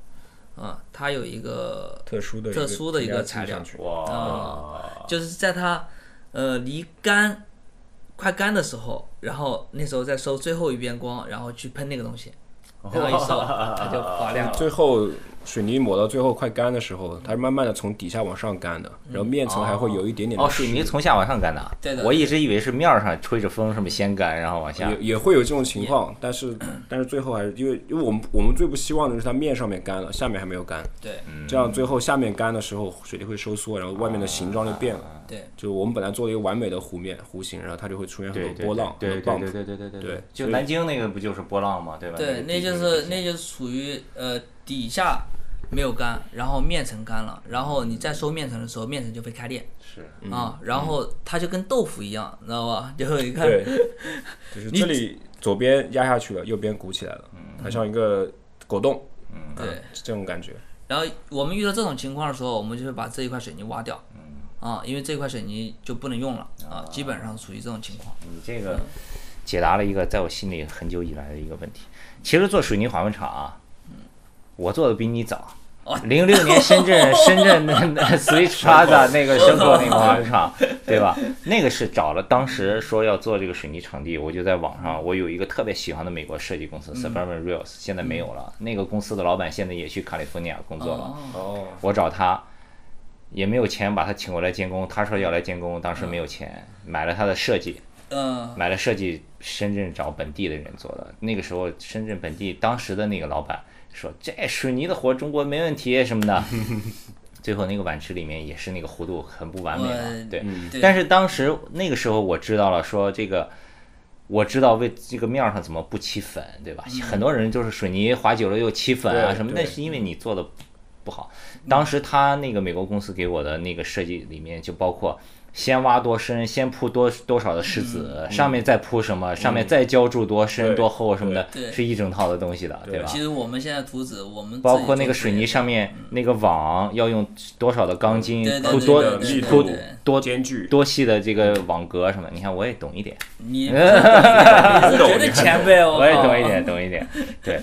C: 啊、他有一个
B: 特殊的
C: 特殊的一个
B: 个
C: 材料
B: 添加剂上去
A: 哇，
C: 就是在它呃离干快干的时候，然后那时候再收最后一遍光，然后去喷那个东西，然后一收它就发亮了。
B: 最后水泥抹到最后快干的时候，它是慢慢的从底下往上干的，然后面层还会有一点点的
A: 哦，水泥从下往上干的，啊
C: 对的
A: 我一直以为是面儿上吹着风上面先干，然后往下
B: 也。也会有这种情况，但是 [CLEARS THROAT] 但是最后还是因为因为我们我们最不希望的是它面上面干了，下面还没有干，
C: 对
B: 这样最后下面干的时候水力会收缩，然后外面的形状就变了。
C: 对，
B: 就我们本来做了一个完美的弧面弧形，然后它就会出现很
A: 对
B: 多
A: 对
B: 波浪，
A: 对
B: 很
A: 对
B: 多
A: 对
B: bump。
A: 对对对对
B: 对
A: 就
B: 所以
A: 南京那个不就是波浪吗？对吧？
C: 对，那就
A: 地
C: 是那就是属于呃底下没有干，然后面层干了，然后你再收面层的时候，面层就会开裂
A: 是
C: 啊，然后它就跟豆腐一样，你知道吧？就是你看，
B: 对，就是这里左边压下去了，右边鼓起来了，它像一个果冻，
C: 对
B: 是这种感觉。
C: 然后我们遇到这种情况的时候，我们就会把这一块水泥挖掉，
A: 嗯
C: 啊，因为这块水泥就不能用了啊，基本上属于这种情况。
A: 你这个解答了一个在我心里很久以来的一个问题。其实做水泥滑门厂啊，我做的比你早。零六年深圳深圳的那 Switch Plaza 那个生活那个滑门厂，对吧？那个是找了当时说要做这个水泥场地，我就在网上，我有一个特别喜欢的美国设计公司 Suburban Reals，现在没有了。那个公司的老板现在也去 California 工作
C: 啊
A: 了。
B: 哦，
A: 我找他，也没有钱把他请过来监工，他说要来监工，当时没有钱，买了他的设计，
C: 嗯，
A: 买了设计，深圳找本地的人做的。那个时候，深圳本地当时的那个老板说：“这水泥的活，中国没问题什么
B: [LAUGHS]
A: 的。”最后那个碗池里面也是那个弧度很不完美了
C: 我，
A: 对。
B: 嗯
C: 对
A: 但是当时那个时候我知道了，说这个我知道为这个面儿上怎么不起粉，对吧？很多人就是水泥滑久了又起粉啊
B: 对
A: 什么，
B: 对
A: 那是因为你做的不好。当时他那个美国公司给我的那个设计里面就包括。先挖多深，先铺多多少的石
C: 嗯
A: 子，嗯上面再铺什么，上面再浇筑多深、
B: 对
A: 多厚什么的
C: 对，对
A: 是一整套的东西的，
B: 对
A: 吧
C: 其？实我们现在图纸，我们
A: 包
C: 自己
A: 括那
C: 做
A: 个
C: 出
A: 水
C: 来
A: 泥
C: 的嗯
A: 上面那个网要用多少的钢筋
C: 对，对
A: 铺
C: 对
A: 多
C: 对对
A: 铺
C: 对
A: 多
B: 间距
A: 多细的这个网格什么，你看我也懂一点，
C: 你
A: [LAUGHS]
C: 你是绝对前辈哦，
A: 我也懂一点，懂一点。对，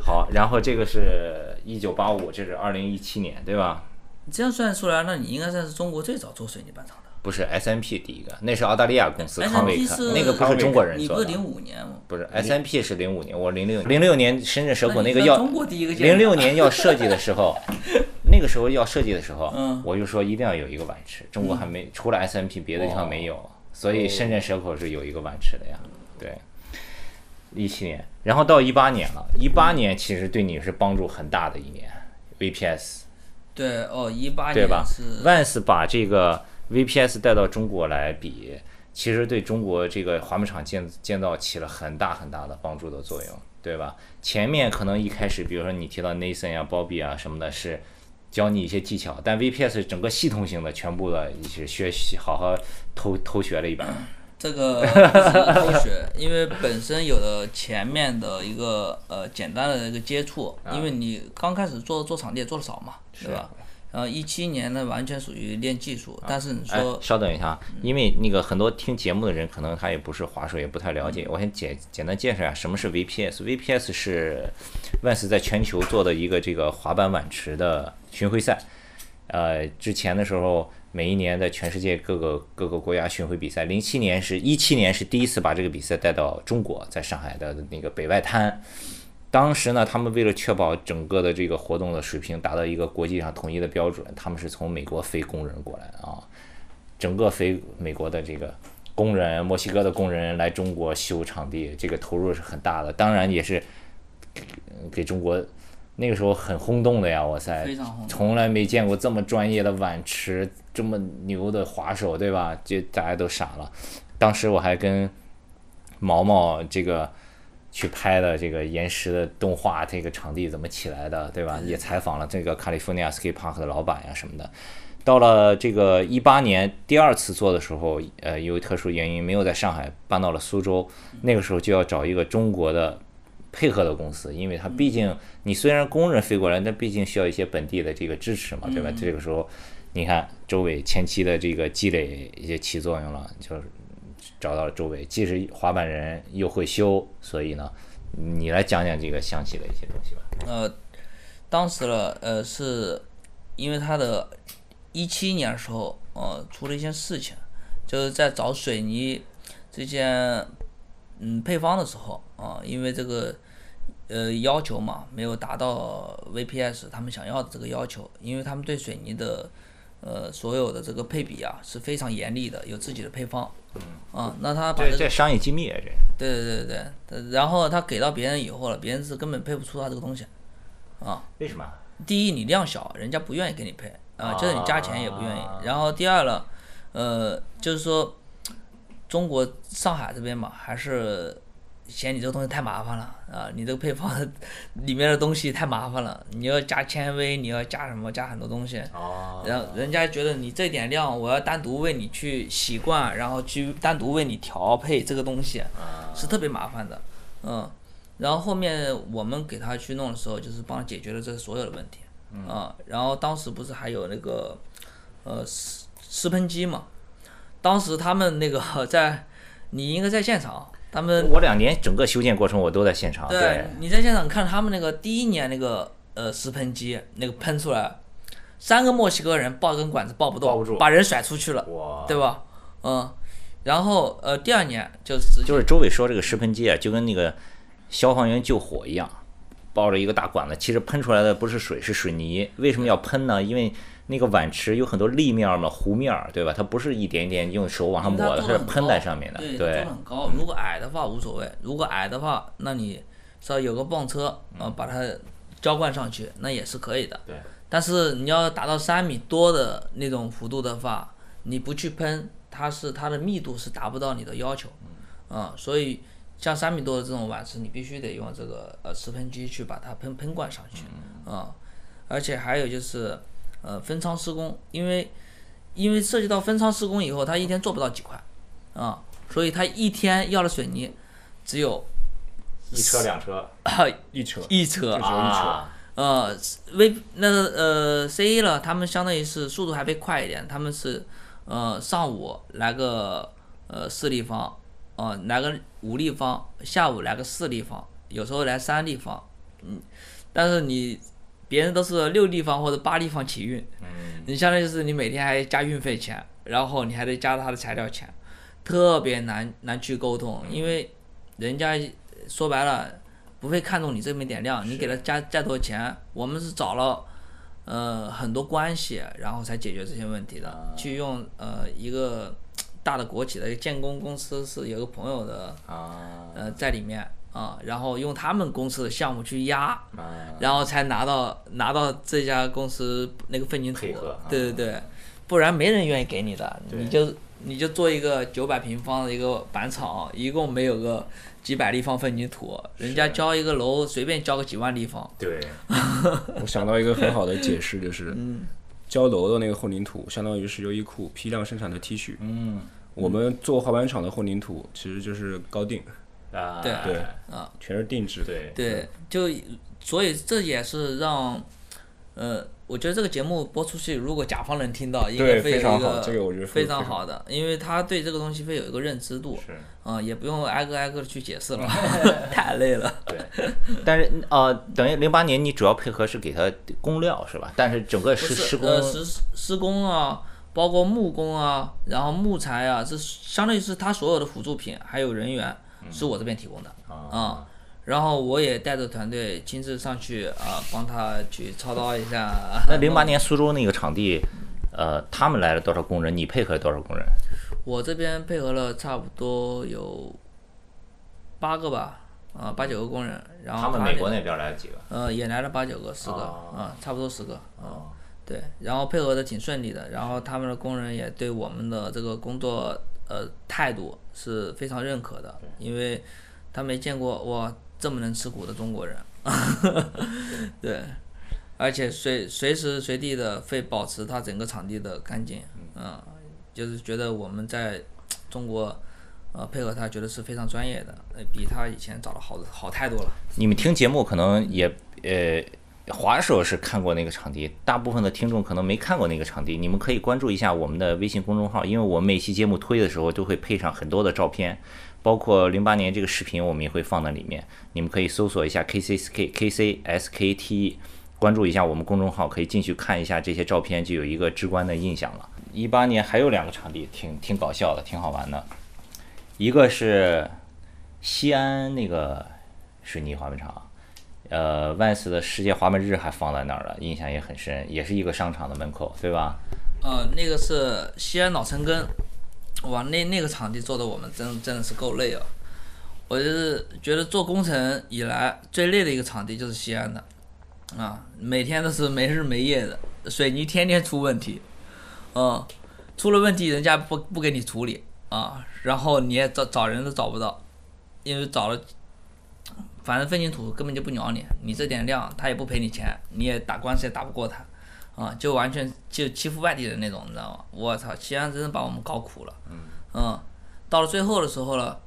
A: 好，然后这个是一九八五，这是二零一七年，对吧？
C: 你这样算出来，那你应该算是中国最早做水泥板厂的。
A: 不是 S M P 第一个，那是澳大利亚公司
C: S&P
A: 康威
C: 是
A: 克，那个不是中国人
C: 你不
A: 做
C: 是
A: 的
C: 零。五年吗？
A: 不是 S M P 是零五年，我零六零六年深圳蛇
C: 那
A: 谷
C: 你
A: 那个
C: 算
A: 要
C: 中国第一个建
A: 零六
C: 的
A: 年要设计的时
C: [LAUGHS]
A: 候，那个时候要设计的时候，
C: 嗯
A: 我就说一定要有一个碗池，中国还没、除了 S M P 别的地方没有，所以深圳蛇口是有一个碗池的呀。对，一七年，然后到一八年了，一八年其实对你是帮助很大的一年，VPS
C: 对哦，一八
A: 对
C: 年
A: 吧
C: 是
A: ？Vans 把这个 VPS 带到中国来比，其实对中国这个滑幕场建建造起了很大很大的帮助的作用，对吧？前面可能一开始，比如说你提到 Nathan 啊、Bobby 啊什么的，是教你一些技巧，但 VPS 整个系统性的全部的是学习，好好偷偷学了一把。
C: 这个不是偷学，因为本身有了前面的一个呃简单的一个接触，因为你刚开始做做场地也做的少嘛，对吧？然后一七年呢，完全属于练技术，但是你
A: 哎
C: 说，
A: 稍等一下啊，因为那个很多听节目的人可能他也不是滑手，也不太了解。我先简简单介绍一下什么是 VPS。VPS 是 Vans 在全球做的一个这个滑板碗池的巡回赛。呃，之前的时候，每一年在全世界各个各个国家巡回比赛。零七年是一七年是第一次把这个比赛带到中国，在上海的那个北外滩。当时呢，他们为了确保整个的这个活动的水平达到一个国际上统一的标准，他们是从美国飞工人过来的啊。整个飞美国的这个工人，墨西哥的工人来中国修场地，这个投入是很大的，当然也是呃给中国那个时候很轰动的呀！哇塞
C: 非常轰，动
A: 从来没见过这么专业的碗池，这么牛的滑手，对吧？就大家都傻了。当时我还跟毛毛这个去拍的这个岩石的动画，这个场地怎么起来的，对吧？也采访了这个 California Skate Park 的老板呀什么的。到了这个一八年第二次做的时候，呃，由于特殊原因没有在上海，搬到了苏州。那个时候就要找一个中国的配合的公司，因为它毕竟你虽然工人飞过来，但毕竟需要一些本地的这个支持嘛，对吧？这个时候，你看周伟前期的这个积累也起作用了，就是找到了周伟，既是滑板人又会修，所以呢，你来讲讲这个详细的一些东西吧。
C: 呃，当时呢，呃，是因为他的一七年的时候，呃，出了一件事情，就是在找水泥这件嗯配方的时候啊、因为这个呃要求嘛，没有达到 VPS 他们想要的这个要求，因为他们对水泥的呃所有的这个配比啊是非常严厉的，有自己的配方。啊、那他把这
A: 这
C: 个
A: 这商业机密啊，这
C: 对对对对对，然后他给到别人以后了，别人是根本配不出他这个东西。
A: 为什么？
C: 第一，你量小，人家不愿意给你配啊，就是你加钱也不愿意
A: 啊。
C: 然后第二了，呃，就是说中国上海这边嘛，还是嫌你这个东西太麻烦了啊，你这个配方 [LAUGHS] 里面的东西太麻烦了，你要加纤维，你要加什么，加很多东西。
A: 哦，
C: 然后人家觉得你这点量，我要单独为你去习惯，然后去单独为你调配这个东西，是特别麻烦的，嗯。然后后面我们给他去弄的时候，就是帮他解决了这所有的问题，啊、然后当时不是还有那个，呃，湿湿喷机嘛，当时他们那个 [LAUGHS] 在，你应该在现场，他们
A: 我两年整个修建过程我都在现场，
C: 对，你在现场看他们那个第一年那个呃湿喷机那个喷出来，三个墨西哥人抱根管子抱不动，
A: 抱不住
C: 把人甩出去了，
A: 哇
C: 对吧？嗯，然后呃第二年就是
A: 就是周伟说这个湿喷机啊，就跟那个消防员救火一样，抱着一个大管子，其实喷出来的不是水，是水泥。为什么要喷呢？因为那个碗池有很多立面嘛、弧面儿，对吧？它不是一点一点用手往上
C: 因为
A: 抹的，
C: 嗯做
A: 是
C: 得很
A: 喷
C: 高
A: 在上面的。
C: 对，
A: 对
C: 做的很高。如果矮的话无所谓，如果矮的话，那你稍微有个泵车啊、呃把它浇灌上去，那也是可以的。
A: 对。
C: 但是你要达到三米多的那种幅度的话，你不去喷，它是它的密度是达不到你的要求，
A: 嗯
C: 啊、所以像三米多的这种碗池，你必须得用这个呃湿喷机去把它喷喷灌上去，
A: 嗯
C: 啊、而且还有就是呃分仓施工，因为因为涉及到分仓施工以后，它一天做不到几块，啊、所以它一天要的水泥只有 [COUGHS]
A: 一车两车
B: 一车
C: 一车
B: 就只有一车，
A: 啊
C: 呃，V 那呃 C 一了，他们相当于是速度还会快一点，他们是呃上午来个呃四立方，呃来个五立方，下午来个四立方，有时候来三立方，嗯，但是你别人都是六立方或者八立方起运，你相当于是你每天还加运费钱，然后你还得加他的材料钱，特别难难去沟通，因为人家说白了。不会看重你这么一点量，你给他加再多钱，我们是找了呃很多关系，然后才解决这些问题的。去用呃一个大的国企的一个建工公司是有个朋友的
A: 啊！
C: 呃在里面，啊、然后用他们公司的项目去压，
A: 啊，
C: 然后才拿到拿到这家公司那个混凝土
A: 配合啊。
C: 对对对，不然没人愿意给你的。
A: 对
C: 你就你就做一个九百平方的一个板厂，一共没有个几百立方混凝土，人家交一个楼随便交个几万立方。
A: 对，
B: 我想到一个很好的解释，就是
C: 嗯
B: 交楼的那个混凝土，相当于是优衣库批量生产的 T 恤。
A: 嗯
B: 我们做滑板场的混凝土其实就是高定，
A: 啊，
C: 对
B: 对
C: 啊，
B: 全是定制。，
A: 对
C: 对，就所以这也是让，呃，我觉得这个节目播出去，如果甲方能听到，应该
B: 对
C: 会有
B: 非常
C: 一个
B: 好这个我觉得非
C: 非常
B: 非常
C: 好的，因为他对这个东西会有一个认知度，
A: 是，
C: 啊、也不用挨个挨个的去解
B: [LAUGHS]
C: 释了，太累了。
A: 但是呃，等于零八年你主要配合是给他工料是吧？但是整个
C: 不
A: 施
C: 是
A: 施工
C: 呃施施工啊，包括木工啊，然后木材啊，这相当于是他所有的辅助品，还有人员
A: 嗯
C: 是我这边提供的啊、然后我也带着团队亲自上去啊、帮他去操刀一下。 [LAUGHS]
A: 那零八年苏州那个场地，呃，他们来了多少工人？你配合多少工人？
C: 我这边配合了差不多有八个吧，啊、八九个工人，然后
A: 哦他们
C: 他
A: 美
C: 那
A: 国那边来了几个？
C: 呃，也来了八九个，十个，
A: 哦
C: 啊、差不多十个，啊、对，然后配合的挺顺利的，然后他们的工人也对我们的这个工作呃态度是非常认可的，因为他没见过哇这么能吃苦的中国人， [LAUGHS] 对，而且随随时随地的会保持他整个场地的干净，嗯，就是觉得我们在中国。呃，配合他觉得是非常专业的，呃，比他以前找的好好太多了。
A: 你们听节目可能也呃，滑手是看过那个场地，大部分的听众可能没看过那个场地。你们可以关注一下我们的微信公众号，因为我们每期节目推的时候都会配上很多的照片，包括零八年这个视频我们也会放在里面。你们可以搜索一下 KCSK KCSKT，关注一下我们公众号，可以进去看一下这些照片，就有一个直观的印象了。一八年还有两个场地挺挺搞笑的，挺好玩的，一个是西安那个水泥滑板场，呃，Vans 的世界滑板日还放在那儿了，印象也很深，也是一个商场的门口，对吧？
C: 呃，那个是西安老城根，哇，那那个场地做的我们真真的是够累啊！我就是觉得做工程以来最累的一个场地就是西安的，啊，每天都是没日没夜的，水泥天天出问题，嗯，出了问题人家不不给你处理啊，然后你也找找人都找不到，因为找了，反正混凝土根本就不鸟你，你这点量他也不赔你钱，你也打官司也打不过他。啊，就完全就欺负外地人那种，你知道吗？我操，西安真的把我们搞苦了。嗯，到了最后的时候了，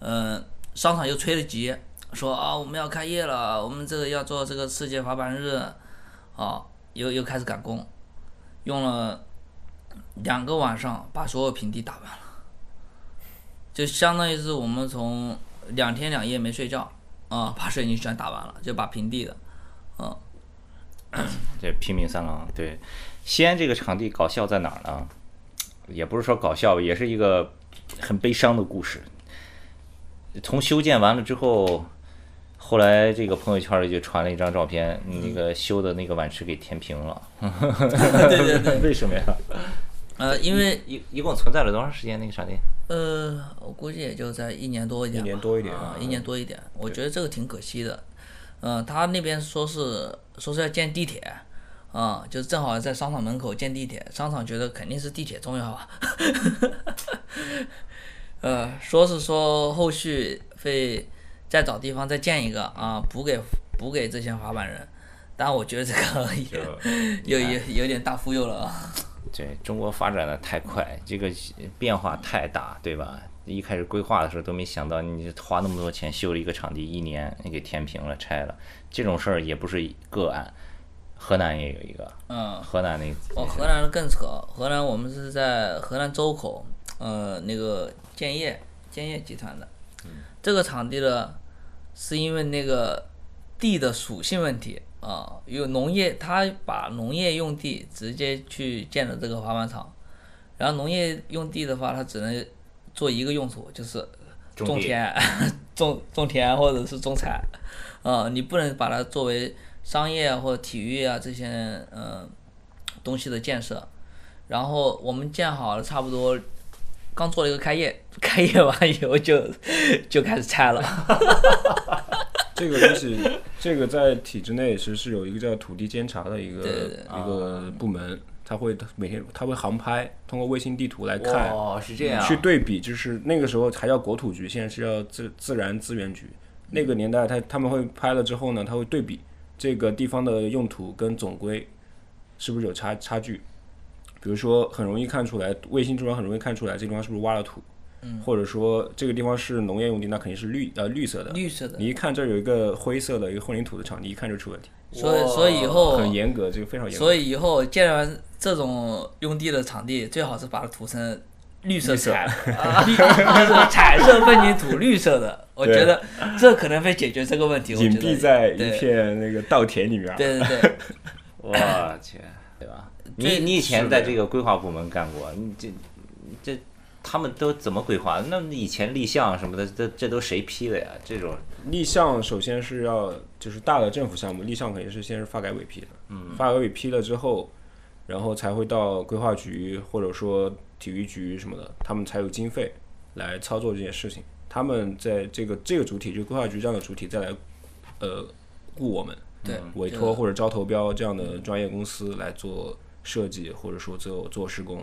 C: 嗯、商场又吹了急，说啊我们要开业了，我们这个要做这个世界滑板日，啊，又又开始赶工，用了两个晚上把所有平地打完了，就相当于是我们从两天两夜没睡觉，啊，把水泥全打完了，就把平地的，嗯、
A: 这拼命三郎，对，西安这个场地搞笑在哪儿呢？也不是说搞笑吧，也是一个很悲伤的故事。从修建完了之后，后来这个朋友圈里就传了一张照片，那个修的那个碗池给填平了。嗯 [LAUGHS] 对对对， [LAUGHS] 为什么呀？
C: 呃，因为
A: 一一共存在了多长时间那个场地？
C: 呃，我估计也就在一年多一点吧，
B: 一年多一点
C: 啊，一年多一点。我觉得这个挺可惜的。嗯，他那边说是说是要建地铁，啊、就正好在商场门口建地铁，商场觉得肯定是地铁重要啊。 [LAUGHS] 呃，说是说后续会再找地方再建一个啊，补给补给这些滑板人，但我觉得这个有有有有点大忽悠了啊。
A: 对中国发展的太快，这个变化太大，对吧？一开始规划的时候都没想到，你花那么多钱修了一个场地，一年你给填平了、拆了，这种事儿也不是个案。河南也有一个，
C: 嗯，
A: 河南那
C: 哦，河南的更扯，河南我们是在河南周口，呃，那个建业建业集团的，这个场地呢，是因为那个地的属性问题啊，有农业，他把农业用地直接去建了这个滑板场，然后农业用地的话，它只能做一个用途，就是
A: 种
C: 种
A: 地
C: 田、 [LAUGHS] 种种田或者是种菜，啊、你不能把它作为商业啊或者体育啊这些嗯、呃东西的建设。然后我们建好了差不多刚做了一个开业， [LAUGHS] 开业完以后就就开始拆了。
B: 这个东西， [LAUGHS] 这个在体制内其实是有一个叫土地监察的一个
C: 对对对啊
B: 一个部门，它会每天它会航拍，通过卫星地图来看，
A: 哦，是这样，
C: 啊
B: 去对比，就是那个时候还叫国土局，现在是叫自自然资源局。那个年代他，他们会拍了之后呢，他会对比这个地方的用途跟总规是不是有差差距。比如说，很容易看出来，卫星这边很容易看出来，这地方是不是挖了土，
C: 嗯
B: 或者说这个地方是农业用地，那肯定是绿呃绿色的。
C: 绿色的
B: 你一看这儿有一个灰色的一个混凝土的场地，一看就出问题，
C: 所以所以以后
B: 很严格，这个非常严格。
C: 所以以后建完这种用地的场地，最好是把它涂成绿色彩，啊绿就是彩色混凝土绿色的。我
B: 对
C: 觉
B: [LAUGHS]
C: 得这可能会解决这个问题。我
B: 隐
C: 觉得
B: 蔽在一
C: 对
B: 片那个稻田里面。啊
C: 对对对，
A: 我去，对吧？你
C: 这
A: 你以前在这个规划部门干过，你这这他们都怎么规划？那以前立项什么的，这这都谁批的呀？这种
B: 立项首先是要就是大的政府项目，立项肯定是先是发改委批的，嗯，发改委批了之后，然后才会到规划局或者说体育局什么的，他们才有经费来操作这件事情。他们在这个这个主体，就规划局这样的主体再来，呃，雇我们，嗯
C: 对
B: 委托或者招投标这样的专业公司来做设计，或者说做做施工。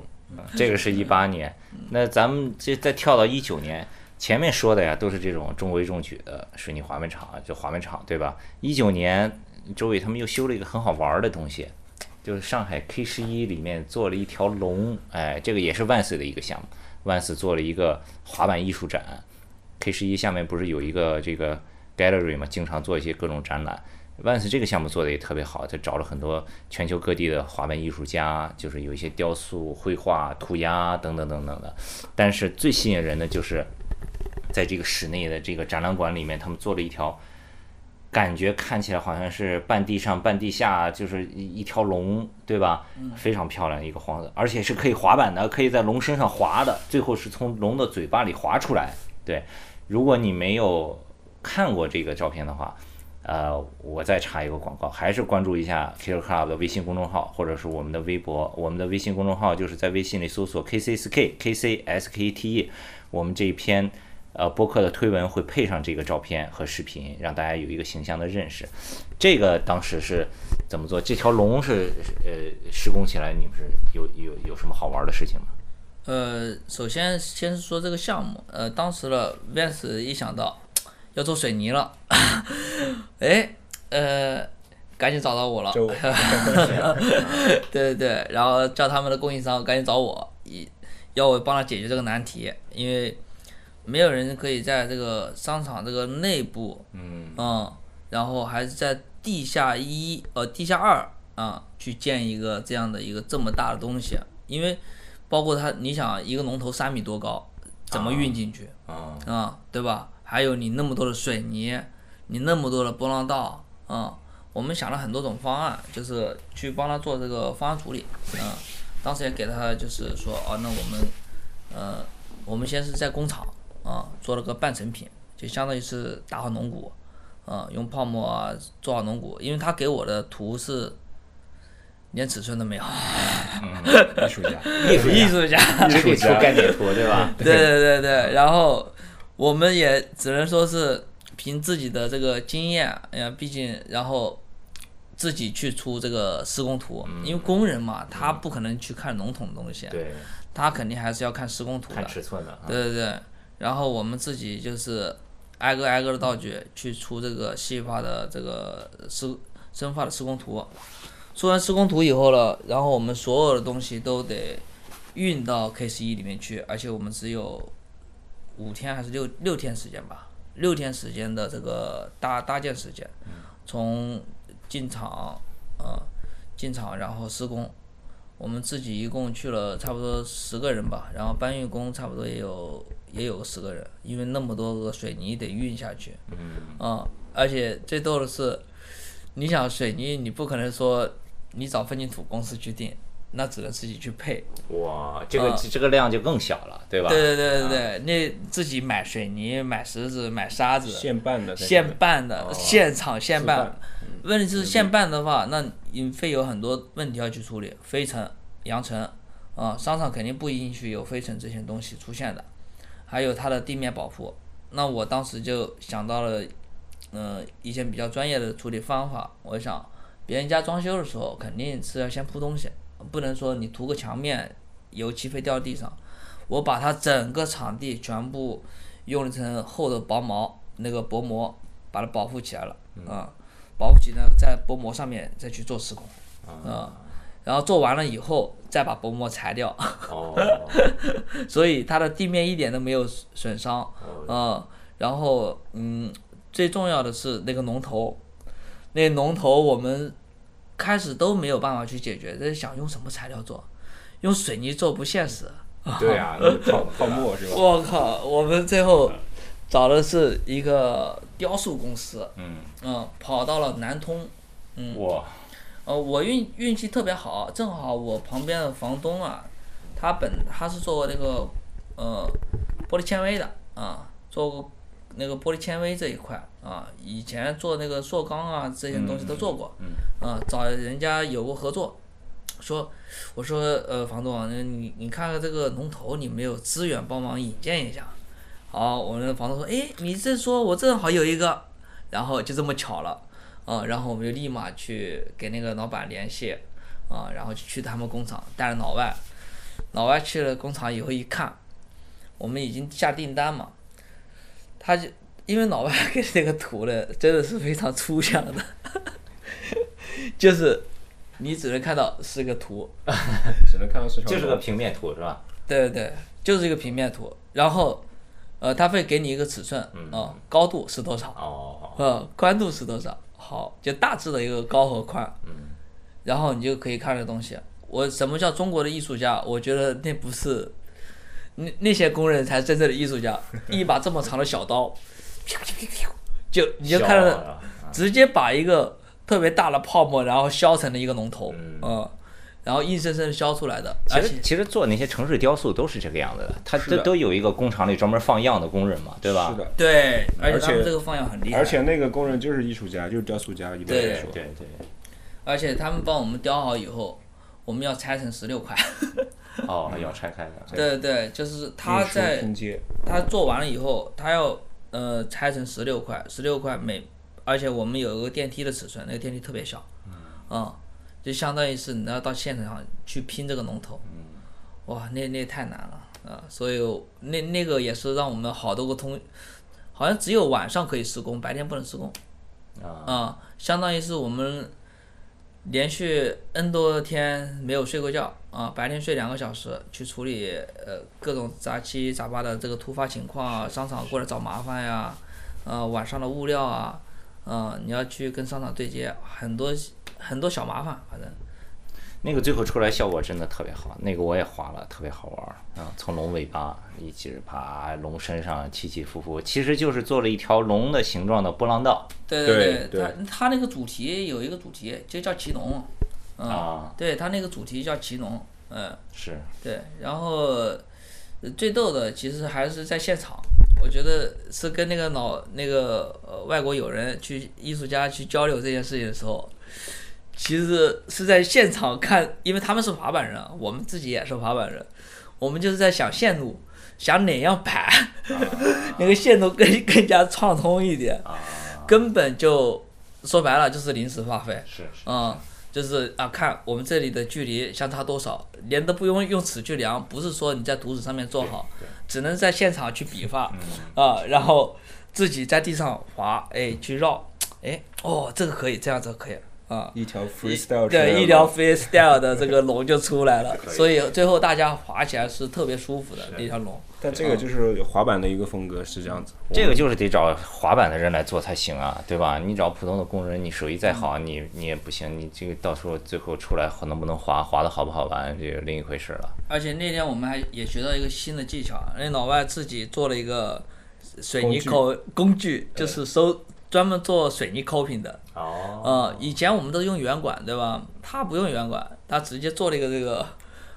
A: 这个是一八年，那咱们这再跳到一九年，前面说的呀都是这种中规中矩的水泥滑面厂，啊就滑面厂对吧？一九年，周伟他们又修了一个很好玩儿的东西，就是上海 K 十一里面做了一条龙，哎，这个也是万岁的一个项目，万岁做了一个滑板艺术展，K 十一下面不是有一个这个 gallery 嘛，经常做一些各种展览。万斯这个项目做的也特别好，他找了很多全球各地的滑板艺术家，就是有一些雕塑、绘画、涂鸦等等等等的。但是最吸引人的就是，在这个室内的这个展览馆里面，他们做了一条，感觉看起来好像是半地上半地下，就是一一条龙，对吧？非常漂亮一个黄色，而且是可以滑板的，可以在龙身上滑的，最后是从龙的嘴巴里滑出来。对，如果你没有看过这个照片的话，呃，我再插一个广告，还是关注一下 Killer Club 的微信公众号，或者是我们的微博。我们的微信公众号就是在微信里搜索 KCSK KCSKTE，我 E 们这一篇呃播客的推文会配上这个照片和视频，让大家有一个形象的认识。这个当时是怎么做？这条龙是呃施工起来，你们是有有有什么好玩的事情吗？
C: 呃，首先先是说这个项目，呃，当时的 Vans 一想到要做水泥了， [LAUGHS] 哎，呃，赶紧找到我了，
B: 就
C: 对对对，然后叫他们的供应商赶紧找我，一要我帮他解决这个难题，因为没有人可以在这个商场这个内部，嗯然后还是在地下一呃地下二啊去建一个这样的一个这么大的东西，因为包括它，你想一个龙头三米多高，怎么运进去
A: 啊、
C: 啊、对吧？还有你那么多的水泥，你那么多的波浪道，嗯，我们想了很多种方案，就是去帮他做这个方案处理，嗯，当时也给他就是说，哦，那我们，呃，我们先是在工厂啊、做了个半成品，就相当于是打好龙骨，啊、用泡沫啊做好龙骨，因为他给我的图是连尺寸都没有，
B: 艺术家，
A: 艺术
C: [LAUGHS] 艺术家，
A: 只给出概念图，对嗯吧？
C: 对对对对，然后我们也只能说是凭自己的这个经验，哎呀，毕竟然后自己去出这个施工图，因为工人嘛，他不可能去看笼统的东西，
A: 嗯对，
C: 他肯定还是要看施工图
A: 看
C: 的，
A: 尺寸的啊。
C: 对对嗯对。然后我们自己就是挨个挨个的道具去出这个细化的这个施生化的施工图，做完施工图以后了，然后我们所有的东西都得运到 K 十一里面去，而且我们只有五天还是六六天时间吧，六天时间的这个搭搭建时间，从进场，呃，进场然后施工，我们自己一共去了差不多十个人吧，然后搬运工差不多也有也有十个人，因为那么多个水泥得运下去，嗯，啊，而且最逗的是，你想水泥你不可能说你找混凝土公司去定，那只能自己去配，
A: 哇，这个、这个量就更小了，对吧？
C: 嗯对对对对对，那自己买水泥、买石子、买沙子，
B: 现办的，
C: 现办的，现场现
B: 自
C: 办
B: 办。
C: 问题是现办的话，那你会有很多问题要去处理，飞尘、扬尘，啊、商场肯定不允许有飞尘这些东西出现的，还有它的地面保护。那我当时就想到了，嗯、一些比较专业的处理方法。我想，别人家装修的时候肯定是要先铺东西，不能说你涂个墙面，油漆飞掉地上。我把它整个场地全部用一层厚的薄毛，那个薄膜把它保护起来了，啊、保护起来在薄膜上面再去做施工，啊、然后做完了以后再把薄膜裁掉， [LAUGHS]
A: 哦，
C: 所以它的地面一点都没有损伤，啊、然后嗯，最重要的是那个龙头，那龙头我们开始都没有办法去解决，在想用什么材料做，用水泥做不现实，
B: 对啊，那个泡泡沫
C: [LAUGHS]
B: 是吧？
C: 我靠，我们最后找的是一个雕塑公司，
A: 嗯，
C: 嗯，跑到了南通，嗯
A: 哇，
C: 呃，我运运气特别好，正好我旁边的房东啊，他本他是做那个呃玻璃纤维的啊，做过那个玻璃纤维这一块啊，以前做那个塑钢啊这些东西都做过，
A: 嗯
C: 啊，找人家有过合作，说我说呃房东啊，那你你看看这个龙头，你没有资源帮忙引荐一下？好，我们的房东说，诶，你这说我正好有一个，然后就这么巧了。啊、然后我们就立马去给那个老板联系，啊、然后就去他们工厂，带着老外，老外去了工厂以后一看，我们已经下订单嘛，他就因为老外 [LAUGHS] 给这个图呢，真的是非常抽象的， [LAUGHS] 就是你只能看到是个图，
B: 只能看到市场。
A: 就是个平面图是吧？
C: 对对，就是一个平面图，然后，呃，他会给你一个尺寸，啊、高度是多少，
A: 哦，
C: 呃，宽度是多少？好，就大致的一个高和宽。
A: 嗯，
C: 然后你就可以看这东西。我什么叫中国的艺术家？我觉得那不是，那那些工人才真正的艺术家。一把这么长的小刀，就你就看
A: 笑
C: 到
A: 啊
C: 直接把一个特别大的泡沫，然后削成了一个龙头，嗯。然后硬生生地削出来的，
A: 其
C: 而
A: 实
C: 且
A: 其实做那些城市雕塑都是这个样子的，它
B: 是
A: 都
B: 的
A: 都有一个工厂里专门放样的工人嘛，对吧？
B: 是的，
C: 对，而且
B: 而
C: 他们
B: 且
C: 这个放养很厉害，
B: 而且那个工人就是艺术家，就是雕塑家，一般来
C: 对
B: 说。
A: 对对。
C: 而且他们帮我们雕好以后，我们要拆成十六块，
A: [LAUGHS] 哦，要拆开的。
C: 对对，就是他
B: 运输
C: 在
B: 拼接，
C: 他做完了以后，他要呃拆成十六块，十六块每，而且我们有一个电梯的尺寸，那个电梯特别小，嗯，就相当于是你要到现场去拼这个龙头，哇，那那太难了啊、所以那那个也是让我们好多个通，好像只有晚上可以施工，白天不能施工，啊、相当于是我们。连续 N 多天没有睡过觉啊，白天睡两个小时去处理呃各种杂七杂八的这个突发情况啊，商场过来找麻烦呀，呃晚上的物料啊，呃你要去跟商场对接，很多很多小麻烦，反正
A: 那个最后出来效果真的特别好，那个我也画了，特别好玩儿啊！从龙尾巴一直爬，龙身上起起伏伏，其实就是做了一条龙的形状的波浪道
C: 对
B: 对
C: 对，他他那个主题有一个主题就叫骑龙，嗯，
A: 啊，
C: 对他那个主题叫骑龙，嗯。
A: 是
C: 对，然后呃最逗的其实还是在现场，我觉得是跟那个老那个呃外国友人去艺术家去交流这件事情的时候，其实是在现场看，因为他们是滑板人，啊我们自己也是滑板人，我们就是在想线路，想哪样摆， [LAUGHS] 那个线路更更加畅通一点，根本就说白了就是临时发挥，
A: 是是，
C: 嗯，就是啊，看我们这里的距离相差多少，连都不用用尺去量，不是说你在图纸上面做好，只能在现场去比划啊，然后自己在地上滑，哎，去绕，哎，哦，这个可以，这样子可以啊。
B: 一条 freestyle 出来了
C: 对，一条 freestyle 的这个龙就出来了，所以最后大家滑起来是特别舒服的那条龙。
B: 但这个就是滑板的一个风格是这样子。
A: 这个就是得找滑板的人来做才行啊，对吧？你找普通的工人，你手艺再好，你你也不行，你这个到时候最后出来能不能滑，滑的好不好玩，这个另一回事了。
C: 而且那天我们还也学到一个新的技巧，那老外自己做了一个水泥抠工具，就是收专门做水泥抠平的。
A: 哦，
C: 呃，以前我们都用圆管，对吧？他不用圆管，他直接做了一个这个，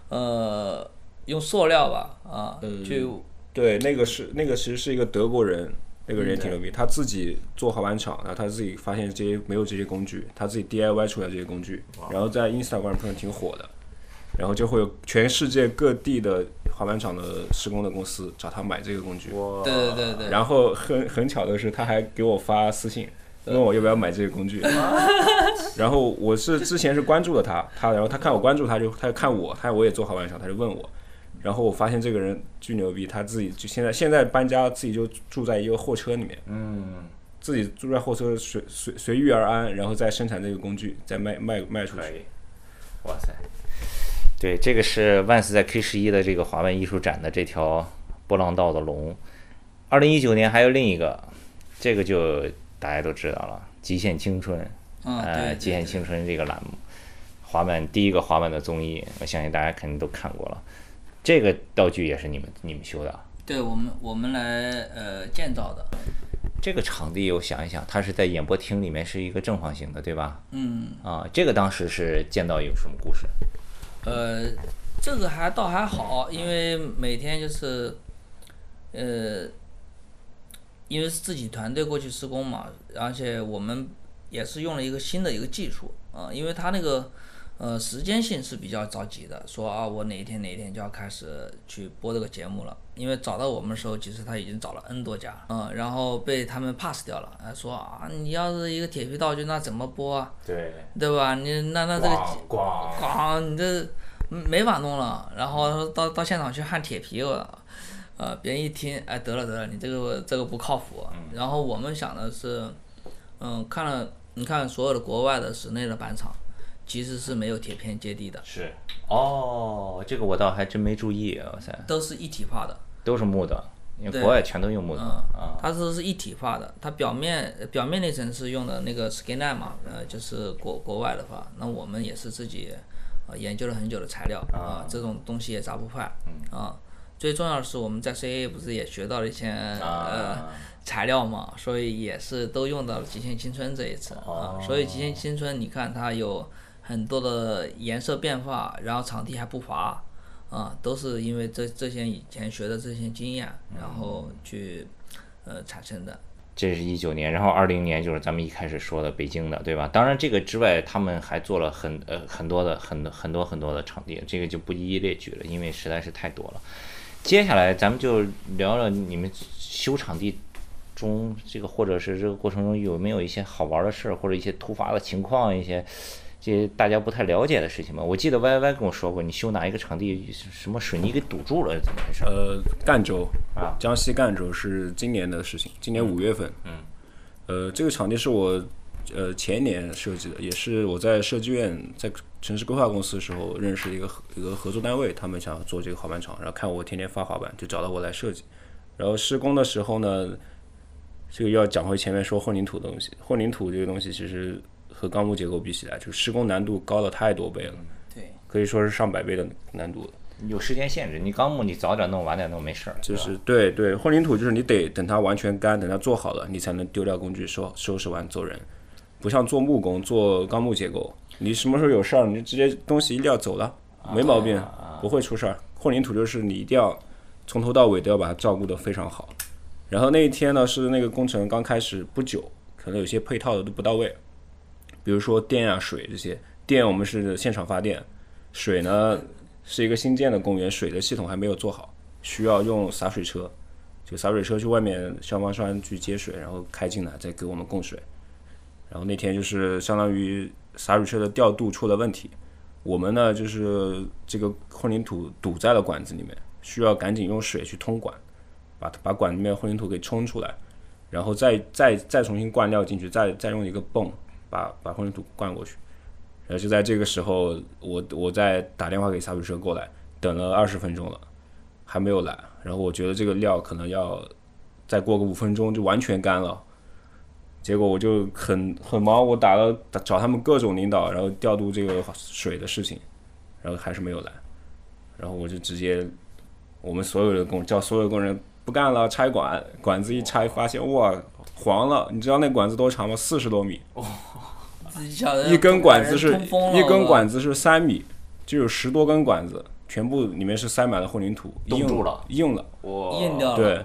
C: 呃，用塑料吧，啊、就
B: 对，那个是那个其实是一个德国人，那个人也挺牛逼，他自己做滑板场，然后他自己发现这些没有这些工具，他自己 DIY 出来这些工具，然后在 Instagram 上挺火的。然后就会有全世界各地的滑板场的施工的公司找他买这个工具。
A: 哇
C: 对对对对，
B: 然后很很巧的是，他还给我发私信，问我要不要买这个工具。然后我是之前是关注了他，他然后他看我关注他就他就看我，他我也做好玩赏，他就问我。然后我发现这个人巨牛逼，他自己就现在现在搬家，自己就住在一个货车里面，
A: 嗯，
B: 自己住在货车随随随遇而安，然后再生产这个工具，再卖卖卖出
A: 可
B: 去。
A: 以，哇塞，嗯对，这个是 Vans 在 K 十一的这个华文艺术展的这条波浪道的龙。二零一九年还有另一个，这个就大家都知道了，《极限青春》
C: 嗯，对
A: 呃，
C: 对
A: 《极限
C: 对
A: 青春》这个栏目，滑板第一个滑板的综艺，我相信大家肯定都看过了。这个道具也是你们你们修的啊，
C: 对我们我们来呃建造的，
A: 这个场地我想一想，它是在演播厅里面是一个正方形的，对吧？
C: 嗯，
A: 啊，这个当时是见到有什么故事？
C: 呃，这个还倒还好，因为每天就是，呃，因为是自己团队过去施工嘛，而且我们也是用了一个新的一个技术啊、因为它那个呃时间性是比较着急的，说啊我哪一天哪一天就要开始去播这个节目了，因为找到我们的时候，其实他已经找了 N 多家，嗯，然后被他们 pass 掉了，啊说啊你要是一个铁皮道具，那怎么播啊，
A: 对，
C: 对吧？你那那这个。
A: 哦光
C: 啊，你这没法弄了。然后到到现场去焊铁皮，我呃，别人一听，哎，得了得了，你这个这个不靠谱。然后我们想的是，嗯，看了你看所有的国外的室内的板场，其实是没有铁片接地的，
A: 是哦，这个我倒还真没注意，哇塞，
C: 都是一体化的。
A: 都是木的，因为
C: 对嗯
A: 国外全都用木的啊，
C: 它是是一体化的，它表面呃表面那层是用的那个 Skyline 嘛，呃，就是国国外的话，那我们也是自己呃研究了很久的材料啊、这种东西也砸不坏啊。最重要的是我们在 CA 不是也学到了一些、
A: 啊
C: 呃材料嘛，所以也是都用到了《极限青春》这一次啊、所以《极限青春》你看它有很多的颜色变化，然后场地还不滑。啊，都是因为这这些以前学的这些经验，然后去呃产生的。
A: 这是一九年，然后二零年就是咱们一开始说的北京的，对吧？当然这个之外，他们还做了很呃很多的很多很多很多的场地，这个就不一一列举了，因为实在是太多了。接下来咱们就聊聊你们修场地中这个，或者是这个过程中有没有一些好玩的事儿，或者一些突发的情况，一些这些大家不太了解的事情吧。我记得 Y Y 跟我说过，你修哪一个场地，什么水泥给堵住了，怎么回事？
B: 呃，赣州
A: 啊
B: 江西赣州是今年的事情，今年五月份。
A: 嗯。
B: 呃，这个场地是我呃前年设计的，也是我在设计院在城市规划公司的时候认识一个合一个合作单位，他们想要做这个滑板场，然后看我天天发滑板，就找到我来设计。然后施工的时候呢，这个又要讲回前面说混凝土的东西，混凝土这个东西其实和钢木结构比起来，就施工难度高了太多倍了，
A: 嗯
C: 对，
B: 可以说是上百倍的难度了。
A: 有时间限制，你钢木你早点弄，晚点弄没事儿。
B: 就是对对，混凝土就是你得等它完全干，等它做好了，你才能丢掉工具收收拾完走人。不像做木工做钢木结构，你什么时候有事儿你就直接东西一撂走了，没毛病，不会出事儿。混凝土就是你一定要从头到尾都要把它照顾得非常好。然后那一天呢是那个工程刚开始不久，可能有些配套的都不到位，比如说电啊水这些。电我们是现场发电，水呢是一个新建的公园，水的系统还没有做好，需要用洒水车，就洒水车去外面消防栓去接水，然后开进来再给我们供水。然后那天就是相当于洒水车的调度出了问题，我们呢就是这个混凝土堵在了管子里面，需要赶紧用水去通管，把把管里面的混凝土给冲出来，然后再再再重新灌料进去，再再用一个泵把把混凝土灌过去。然后就在这个时候，我我在打电话给洒水车过来，等了二十分钟了，还没有来。然后我觉得这个料可能要再过个五分钟就完全干了。结果我就很很忙，我打了打找他们各种领导，然后调度这个水的事情，然后还是没有来。然后我就直接我们所有的工叫所有工人不干了，拆管管子一拆，发现哇黄了！你知道那管子多长吗？四十多米。
C: 自己晓得
B: 一根管子是
C: 呃通风了
B: 一根管子是三米，就有十多根管子，全部里面是塞满了混凝土，
A: 冻
B: 硬
A: 住了
B: 硬了。
A: 我
C: 硬掉了。
B: 对，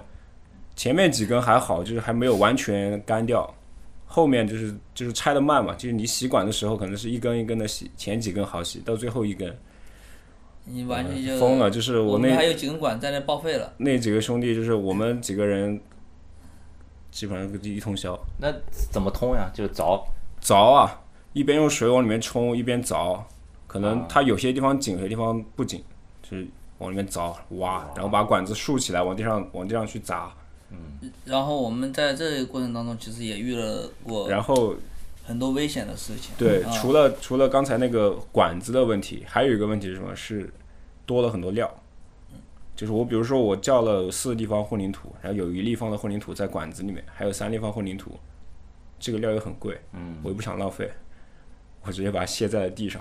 B: 前面几根还好，就是还没有完全干掉，后面就是就是拆的慢嘛，就是你洗管的时候可能是一根一根的洗，前几根好洗，到最后一根，
C: 你完全就
B: 嗯疯了，就是
C: 我
B: 那
C: 们还有几根管在那报废了。
B: 那几个兄弟，就是我们几个人，基本上一通宵，
A: 那怎么通呀？就凿，
B: 凿啊，一边用水往里面冲，一边凿，可
C: 啊
B: 能它有些地方紧，有些地方不紧，就是往里面凿
C: 哦
B: 挖，然后把管子竖起来，往地上往地上去砸，
C: 然后我们在这个过程当中，其实也遇了过
B: 然后
C: 很多危险的事情。
B: 对，
C: 啊
B: 除了除了刚才那个管子的问题，还有一个问题是什么？是多了很多料。就是我，比如说我叫了四立方混凝土，然后有一立方的混凝土在管子里面，还有三立方混凝土，这个料又很贵，嗯，我又不想浪费，我直接把它卸在了地上，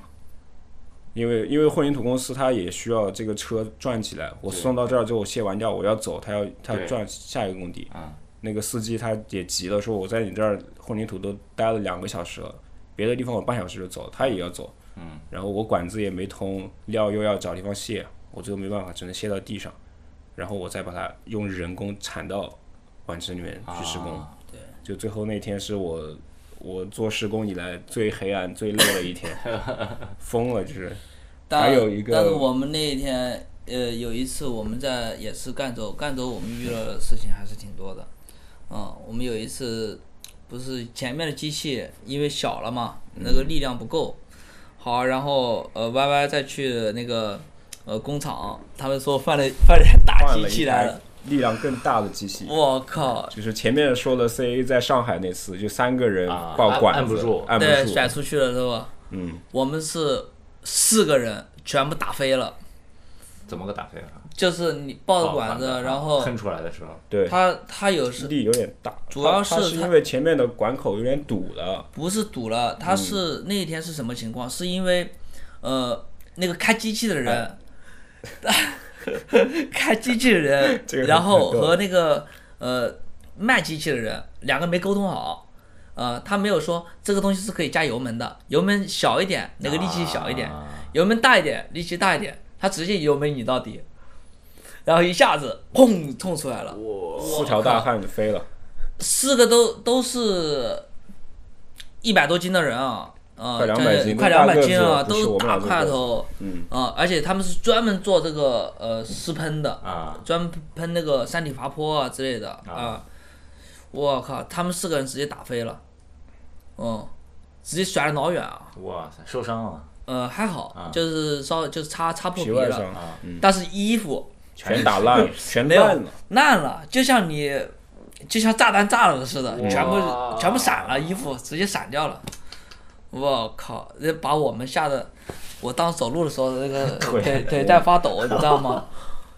B: 因为因为混凝土公司它也需要这个车转起来，我送到这儿之后我卸完掉，我要走，他要他要
A: 对
B: 转下一个工地，
A: 嗯
B: 那个司机他也急了，说我在你这儿混凝土都待了两个小时了，别的地方我半小时就走，他也要走，嗯，然后我管子也没通，料又要找地方卸，我最后没办法，只能卸到地上，然后我再把它用人工铲到管子里面去施工，
C: 啊
B: 对，就最后那天是我我做施工以来最黑暗、最累的一
C: [LAUGHS]
B: 天，疯了就是，
C: 但
B: 还有一个
C: 但是我们那一天，呃，有一次我们在也是赣州，赣州我们遇到的事情还是挺多的。嗯，我们有一次不是前面的机器因为小了嘛，那
B: 嗯
C: 个力量不够。好，然后呃，Y Y 再去那个呃工厂，他们说换了换了大
B: 换
C: 机
B: 了一
C: 器来
B: 台
C: 了。
B: 力量更大的机器，
C: 我靠！
B: 就是前面说的 CA 在上海那次，就三个人
A: 啊
B: 抱
A: 按
B: 管子，
A: 按不住
B: 按不
C: 对，
B: 住，
C: 甩出去了是吧？
B: 嗯，
C: 我们是四个人全部打飞了，
A: 怎么个打飞
C: [LAUGHS]
A: 法？
C: 就是你抱着管子，
A: 啊
C: 然后
A: 喷出来的时候，
B: 对，
C: 他他有时
B: 力有点大，
C: 主要
B: 是
C: 是
B: 它
C: 它
B: 因为前面的管口有点堵了，
C: 不是堵
B: 嗯
C: 了，他是、那一天是什么情况？是因为，呃，那个开机器的人， [LAUGHS] 开机器的人
B: 哎 [LAUGHS] 这个，很
C: 然后
B: 很逗
C: 和那个呃卖机器的人两个没沟通好，呃，他没有说这个东西是可以加油门的，油门小一点，那个力气小一点，
A: 啊
C: 油门大一点，力气大一点，他直接油门引到底，然后一下子砰冲出来了，
B: 四条大汉飞了，
C: 四个都都是一百多斤的人啊，啊、
B: 快
C: 将
B: 200
C: 近
B: 斤
C: 快
B: 那大
C: 两百
B: 个子
C: 斤啊，
B: 不
C: 都
B: 是我们
C: 大
B: 俩
C: 块
B: 这个
C: 头，嗯啊、而且他们是专门做这个呃湿喷的，
A: 啊，
C: 专门喷那个山体滑坡啊之类的啊、我靠，他们四个人直接打飞了，嗯，直接甩了老远啊，
A: 哇塞，受伤了，
C: 呃还好，就是稍微就是擦擦破皮
B: 啊皮外
C: 了，
B: 伤嗯
C: 但是衣服
B: 全打烂，
C: [LAUGHS]
B: 全
C: 没有
B: 烂了，
C: 烂了，就像你就像炸弹炸了似的，全部全部散了，衣服直接散掉了。我靠！这把我们吓得，我当时走路的时候，那个腿腿在发抖，你知道吗？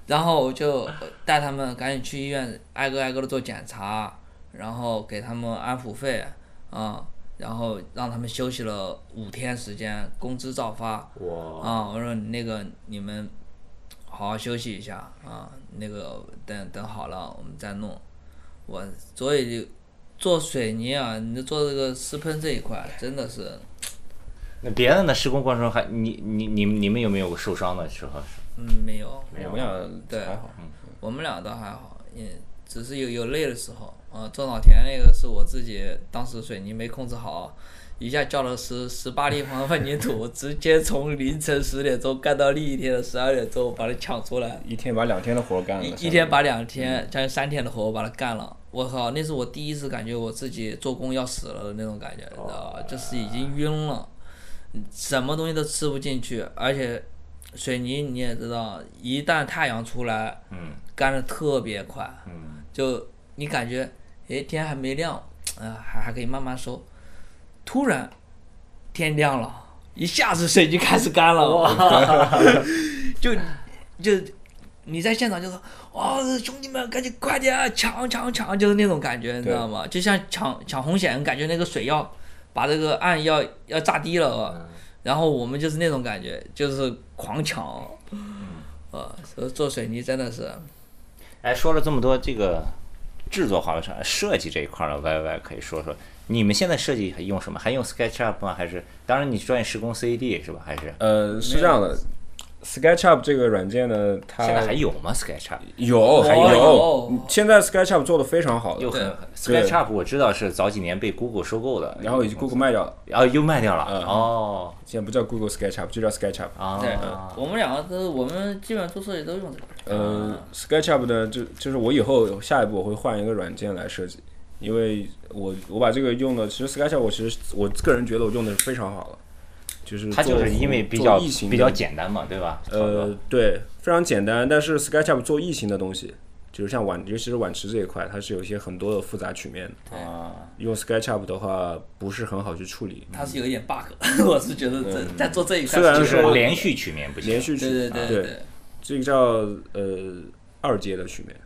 C: 然后我就带他们赶紧去医院，挨个挨个的做检查，然后给他们安抚费啊、然后让他们休息了五天时间，工资照发。
A: 哇，
C: 啊，我说那个你们好好休息一下啊，那个等等好了我们再弄。我所以做水泥啊，你做这个湿喷这一块啊真的是
A: 那别的呢？施工过程中还你你你你们有没有受伤的时候？
C: 嗯没有，
B: 我们俩
C: 对嗯
B: 还好，
C: 我们俩倒还好，也只是有有累的时候啊。种老田那个是我自己当时水泥没控制好。一下叫了十十八立方混凝土，直接从凌晨十点钟干到另一天的十二点钟，把它抢出来。
B: 一天把两天的活干了，嗯
C: 一一天把两天将近三天的活把它干了，我靠，那是我第一次感觉我自己做工要死了的那种感觉，你知道吧？
B: 哦
C: 就是已经晕了，嗯什么东西都吃不进去，而且水泥你也知道，一旦太阳出来，
A: 嗯，
C: 干的特别快，
A: 嗯，
C: 就你感觉，诶，天还没亮，啊、还还可以慢慢收，突然天亮了，一下子水泥开始干了，就就你在现场就说，哇、兄弟们，赶紧快点啊抢抢抢，就是那种感觉，你知道吗？就像抢抢红险，感觉那个水要把这个岸要要炸低了啊，然后我们就是那种感觉，就是狂抢，呃，所以做水泥真的是，
A: 哎，说了这么多这个制作滑板场设计这一块儿呢，Y Y 可以说说，你们现在设计还用什么？还用 SketchUp 吗？还是当然你专业施工 CAD 是吧？还是
B: 呃，是这样的 SketchUp 这个软件呢，它
A: 现在还有吗？SketchUp
B: 有还
C: 有
B: 现在 SketchUp 做的非常好
A: 又很
B: 的，对
A: SketchUp 我知道是早几年被 Google 收购的，
B: 然后已经 Google 卖掉了，
A: 啊又卖掉了
B: 嗯
A: 哦
B: 现在不叫 Google SketchUp，就叫 SketchUp。
A: 啊
C: 对，我们两个都，我们基本做设计都用这个。
B: 呃，SketchUp 呢，就就是我以后下一步我会换一个软件来设计，因为我我把这个用的，其实 SketchUp 我其实我个人觉得我用的是非常好了，就是
A: 它就
B: 做
A: 是因为比
B: 做
A: 较
B: 异形
A: 比
B: 的
A: 较简单嘛，对吧？
B: 呃，对，非常简单，但是 SketchUp 做异形的东西，就是像碗，尤其是碗池这一块，它是有一些很多的复杂曲面的。
A: 啊，
B: 用 SketchUp 的话，不是很好去处理。
C: 它是有一点 bug，我 [LAUGHS] 是觉得这在做这一块
B: 虽然
C: 是
A: 就
C: 有
A: 是
B: 说
A: 连续曲面不行，
B: 连续曲，
C: 对对
B: 对
C: 对对，
B: 这个叫呃二阶的曲面，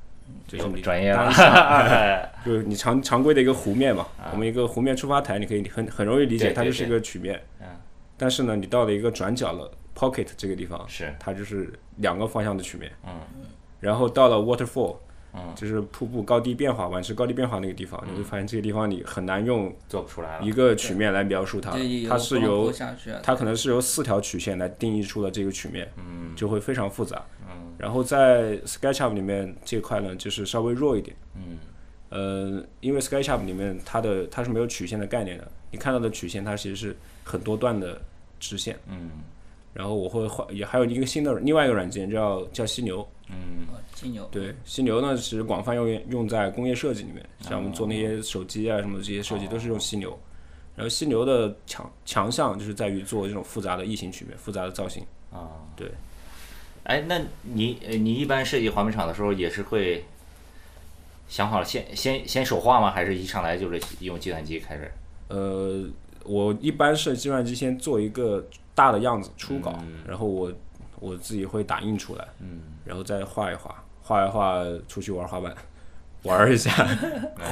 B: 就是你
A: 专业了
B: 当，下就是你常常规的一个弧面嘛，我们一个弧面触发台，你可以很很容易理
A: 对
B: 解，
A: 对
B: 它就是一
A: 对
B: 个曲面。但是呢，你到了一个转角了 pocket 这个地方，
A: 是
B: 它就是两个方向的曲面。嗯。然后到了 waterfall，
A: 嗯，
B: 就是瀑布高低变化，碗池高低变化那个地方，你会发现这个地方你很难用
A: [LAUGHS] 做不出来了
B: 一。个曲面来描述它
C: 对也，有
B: 啊它是
C: 不能
B: 由
C: 拖下去啊
B: 它可能是由四条曲线来定义出了这个曲面，嗯，就会非常复杂。嗯，然后在 SketchUp 里面这块呢，就是稍微弱一点，嗯，呃，因为 SketchUp 里面它的它是没有曲线的概念的，你看到的曲线它其实是很多段的直线，嗯，然后我会换也还有一个新的另外一个软件叫叫犀牛，
C: 哦金牛
B: 对，犀牛呢，其实广泛用于用在工业设计里面，像我们做那些手机啊什么的这些设计都是用犀牛。然后犀牛的强强项就是在于做这种复杂的异形曲面、复杂的造型。
A: 啊，
B: 对。
A: 哎，那你呃你一般设计滑冰场的时候也是会想好了先先先手画吗？还是一上来就是用计算机开始？
B: 呃，我一般是计算机先做一个大的样子初稿，然后我我自己会打印出来，然后再画一画，画一画出去玩滑板。玩一下，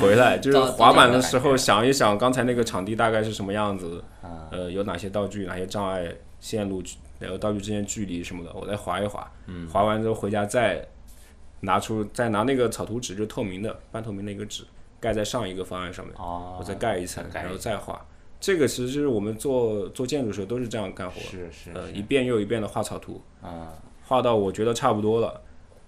B: 回来就是
C: 到
B: 滑板的时
A: 到那
B: 候
A: 个
B: 想一想刚才那个场地大概是什么样子，呃，有哪些道具，哪些障碍线路，然后道具之间距离什么的，我再滑一滑，滑完之后回家再拿出再拿那个草图纸，就透明的半透明的一个纸盖在上一个方案上面，
A: 哦
B: 我再盖一层，
A: 盖
B: 然后
A: 一
B: 再画。这个其实就是我们做做建筑的时候都是这样干活，
A: 是是
B: 呃，一遍又一遍的画草图，
A: 啊，
B: 画到我觉得差不多了，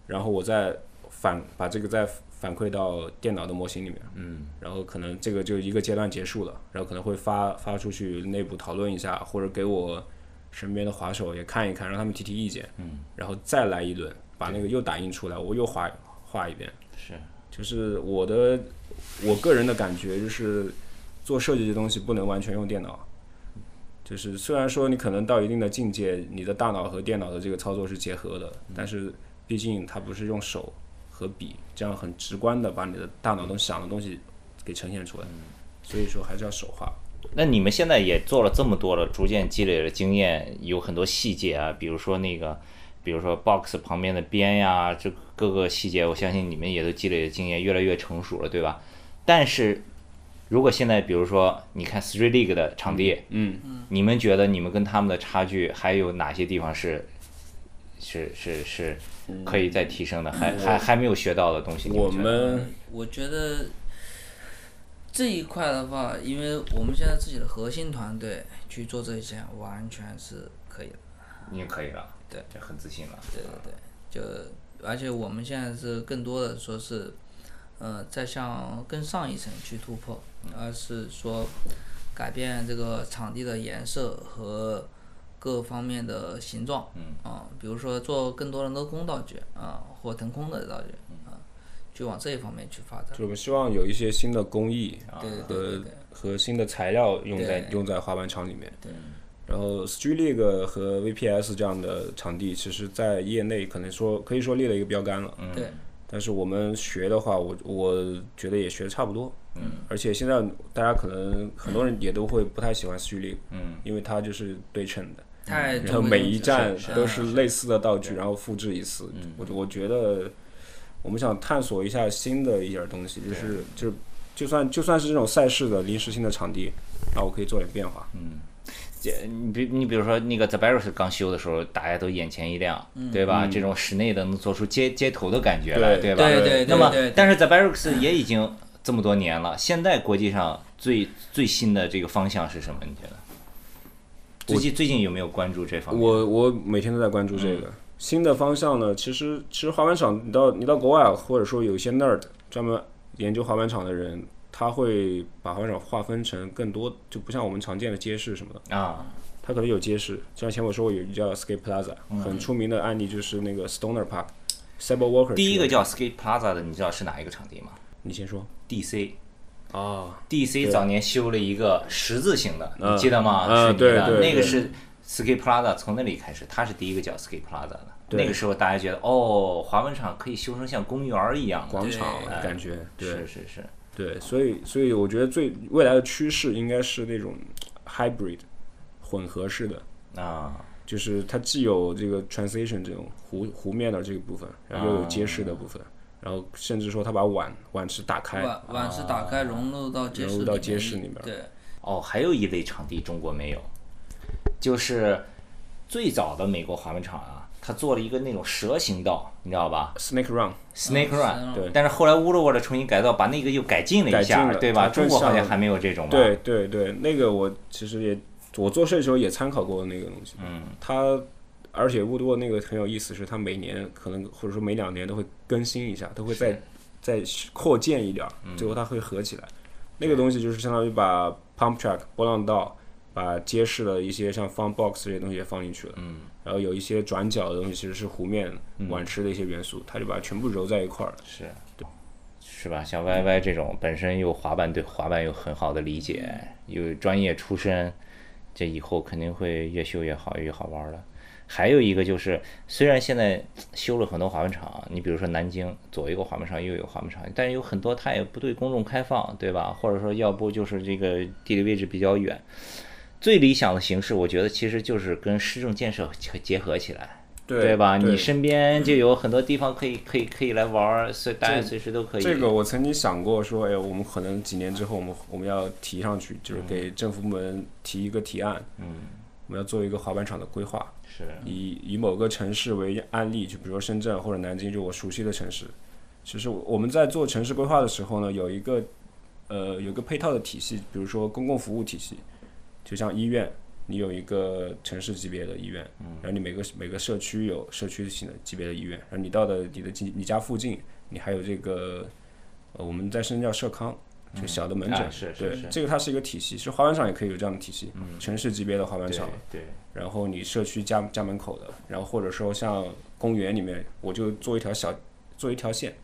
B: 然后我再反把这个再反馈到电脑的模型里面，嗯，然后可能这个就一个阶段结束了，然后可能会发发出去内部讨论一下，或者给我身边的滑手也看一看，让他们提提意见，嗯，然后再来一轮，把那个又打印出来，我又画画一遍，
A: 是
B: 就是我的我个人的感觉就是，做设计这东西不能完全用电脑。就是虽然说你可能到一定的境界，你的大脑和电脑的这个操作是结合的，但是毕竟它不是用手和笔这样很直观的把你的大脑能想的东西给呈现出来，所以说还是要手画。
A: 那你们现在也做了这么多了，逐渐积累了经验，有很多细节啊，比如说那个，比如说 box 旁边的边呀，这各个细节，我相信你们也都积累了经验，越来越成熟了，对吧？但是，如果现在比如说你看 Street League 的场地，
B: 嗯
A: 你们觉得你们跟他们的差距还有哪些地方是，是是是可以再提升的，还还还没有学到的东西？你
B: 嗯我
A: 觉得
B: 们
C: 我觉得这一块的话，因为我们现在自己的核心团队去做这些，完全是可以的。
A: 你可以了，
C: 对，
A: 这很自信了。
C: 对对对，就而且我们现在是更多的说是，呃，再向更上一层去突破，而是说改变这个场地的颜色和各方面的形状，嗯啊、比如说做更多的镂空道具啊、或腾空的道具啊、去往这一方面去发展。
B: 就我们希望有一些新的工艺
C: 对对对对
B: 和
C: 对
B: 和新的材料用在
C: 对
B: 用在滑板场里面。
C: 对
B: 然后 Street League 和 VPS 这样的场地，其实在业内可能说可以说立了一个标杆了。
C: 嗯
B: 嗯
C: 对，
B: 但是我们学的话，我我觉得也学的差不多。嗯。而且现在大家可能很多人也都会不太喜欢 Street League，嗯，因为它就是对称的，
C: 太
B: 然后每一站都是啊嗯
C: 嗯
B: 类似的道具，然后复制一次。我我觉得我们想探索一下新的一点东西，就是就是就算就算是这种赛事的临时性的场地，那我可以做点变化。
A: 这你比你比如说那个 The Barrels 刚修的时候，大家都眼前一亮，
C: 嗯
A: 对吧？这种室内的能做出街街头的感觉来，
B: 对
A: 吧？
C: 对对对
A: 那么
C: 对对，
A: 但是 The Barrels 也已经这么多年了，现在国际上最最新的这个方向是什么？你觉得？最近最近有没有关注这方面？
B: 我我每天都在关注这个、新的方向呢。其实其实滑板场，你到你到国外，或者说有一些 nerd 专门研究滑板场的人，他会把滑板场划分成更多，就不像我们常见的街市什么的，
A: 啊，
B: 它可能有街市。就像前我说过有一叫 Skate Plaza，、很出名的案例就是那个 Stoner Park。Cyber Walker
A: 第一个叫 Skate Plaza 的，你知道是哪一个场地吗
B: 你先说
A: ？DC。
B: 啊，
A: DC 早年修了一个十字形的，你记得吗？
B: 嗯
A: 水泥的
B: 对对
A: 那个
B: 对
A: 是 Skate Plaza，从那里开始，它是第一个叫 Skate Plaza 的。
B: 对
A: 那个时候大家觉得，哦，滑板场可以修成像公园儿一样的，
B: 广场
A: 对
B: 感觉对
A: 是是是，
B: 对，所以所以我觉得最未来的趋势应该是那种 hybrid 混合式的，
A: 啊，
B: 就是它既有这个 transition 这种湖湖面的这个部分，然后又有街市的部分，然后甚至说它把碗碗池打开，
C: 碗碗是打开融入到街市
B: 融入
C: 里
B: 到
C: 面
B: 街市
C: 一
B: 里面
C: 对，
A: 哦，还有一类场地中国没有，就是最早的美国滑板场啊，它做了一个那种蛇形道，你知道吧
B: snake run，
A: ？Snake
C: 嗯
A: Run。
B: 对
A: 但是后来乌鲁沃的重新改造，把那个又改进了一
B: 改
A: 下，
B: 进了
A: 对吧？
B: 它
A: 中
B: 更
A: 国好像
B: 像
A: 还没有这种吧？
B: 对对对，那个我其实也我做事的时候也参考过那个东西，嗯，它。而且沃多那个很有意思，是它每年可能或者说每两年都会更新一下，都会再再扩建一点儿，
A: 嗯
B: 最后它会合起来。那个东西就是相当于把 pump track 波浪道，把街市的一些像 fun box 这些东西也放进去了，嗯，然后有一些转角的东西其实是湖面碗池的一些元素，它就把它全部揉在一块儿了。
A: 嗯是，是吧？像 Y Y 这种本身又滑板对滑板有很好的理解，
B: 嗯
A: 有专业出身，这以后肯定会越修越好，越好玩儿的。还有一个就是，虽然现在修了很多滑板场，你比如说南京左一个滑板场，右一个滑板场，但是有很多它也不对公众开放，对吧？或者说，要不就是这个地理位置比较远。最理想的形式，我觉得其实就是跟市政建设结结合起来，对吧？你身边就有很多地方可以可以可以来玩儿，所以大家
B: 嗯这
A: 随时都可以。
B: 这个我曾经想过说，哎，我们可能几年之后，我们我们要提上去，就是
A: 嗯
B: 给政府部门提一个提案，嗯，我们要做一个滑板场的规划，
A: 是
B: 以以某个城市为案例，就比如说深圳或者南京，就我熟悉的城市。其实我们在做城市规划的时候呢，有一个呃有一个配套的体系，比如说公共服务体系，就像医院，你有一个城市级别的医院，
A: 嗯
B: 然后你每个每个社区有社区型的级别的医院，然后你到的你的你你家附近，你还有这个呃我们在深圳叫社康。就小的门诊，
A: 啊是是
B: 对
A: 是嗯
B: 这个它是一个体系，是滑板场也可以有这样的体系，城市级别的滑板场，
A: 对，
B: 然后你社区家家门口的，然后或者说像公园里面，我就做一条小做一条线，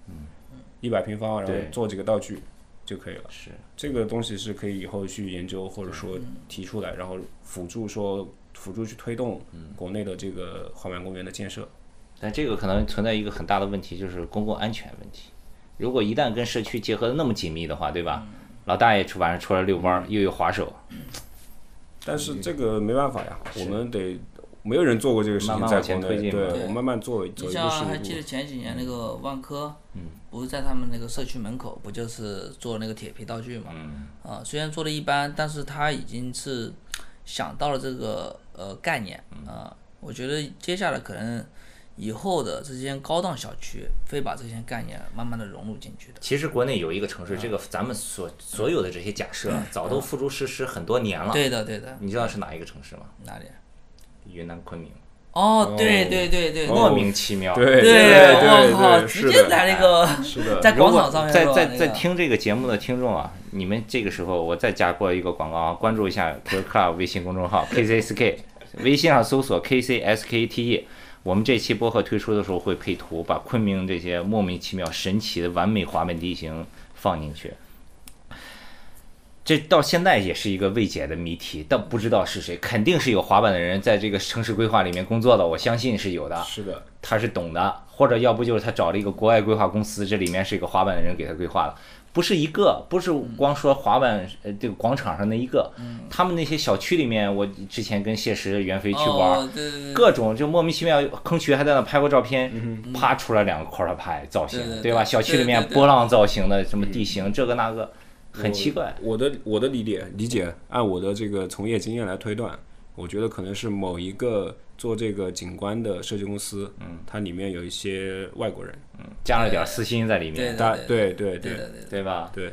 B: 一百平方，然后
A: 嗯对
B: 做几个道具就可以了。
A: 是
B: 这个东西是可以以后去研究或者说提出来，然后辅助说辅助去推动
A: 嗯
B: 国内的这个滑板公园的建设。
A: 但这个可能存在一个很大的问题，就是公共安全问题。如果一旦跟社区结合的那么紧密的话，对吧？老大爷出晚上出来遛弯儿，又有滑手，
B: 但是这个没办法呀，我们得没有人做过这个事
A: 慢
B: 情
A: 慢
B: 在
A: 往前
B: 国
A: 推
B: 内，
A: 进嘛
B: 对我慢慢做走
C: 你
B: 一步
C: 像
B: 是
C: 还
B: 一
C: 记
B: 步嗯
C: 得。前几年那个万科，不是在他们那个社区门口，不就是做那个铁皮道具嘛？
B: 嗯
C: 啊，虽然做的一般，但是他已经是想到了这个呃概念
B: 嗯
C: 啊。我觉得接下来可能以后的这些高档小区，非把这些概念慢慢的融入进去的。
A: 其实国内有一个城市，这个咱们所所有的这些假设啊早都付诸实施很多年了。
B: 啊
C: 对的，对的，
A: 你知道是哪一个城市吗？
C: 哪里？
A: 云南昆明，
C: 哦，对对对对，
A: 莫名其妙。
B: 哦对对
C: 对，我靠，
B: 对，
C: 直
B: 是
C: 接
B: 的，
C: 在那个
B: 是的，
C: 在
A: 如
C: 广
A: 果
C: 场上面
A: 在
C: 是吧
A: 在
C: 那
A: 在
C: 个
A: 听这个节目的听众啊，你们这个时候我再加过一个广告啊，关注一下 g i r Club 微信公众号
C: [LAUGHS]
A: KCSK，微信上搜索 KCSKTE。我 E 们这期播客推出的时候会配图，把昆明这些莫名其妙、神奇的完美滑板地形放进去。这到现在也是一个未解的谜题，但不知道是谁，肯定是有滑板的人在这个城市规划里面工作的，我相信是有的。啊
B: 是的，
A: 他是懂的，或者要不就是他找了一个国外规划公司，这里面是一个滑板的人给他规划了，不是一个，不是光说滑板呃这个广场上那一个，
C: 嗯
A: 他们那些小区里面，我之前跟谢石、袁飞去玩，
C: 哦，对对对，
A: 各种就莫名其妙，坑渠还在那拍过照片，啪出来两个 quarter pipe 造型，
C: 嗯对对对
A: 吧？
C: 对
A: 小区里面
C: 对对嗯对
A: 波浪造型的什么地形，这个那个，很奇怪。
B: 我的我的理解理解，按我的这个从业经验来推断，我觉得可能是某一个做这个景观的设计公司，嗯，它里面有一些外国人，
A: 加了点私心在里
C: 对
A: 面，
C: 的
B: 大对对对
C: 对的对的。
A: 对吧？
B: 对，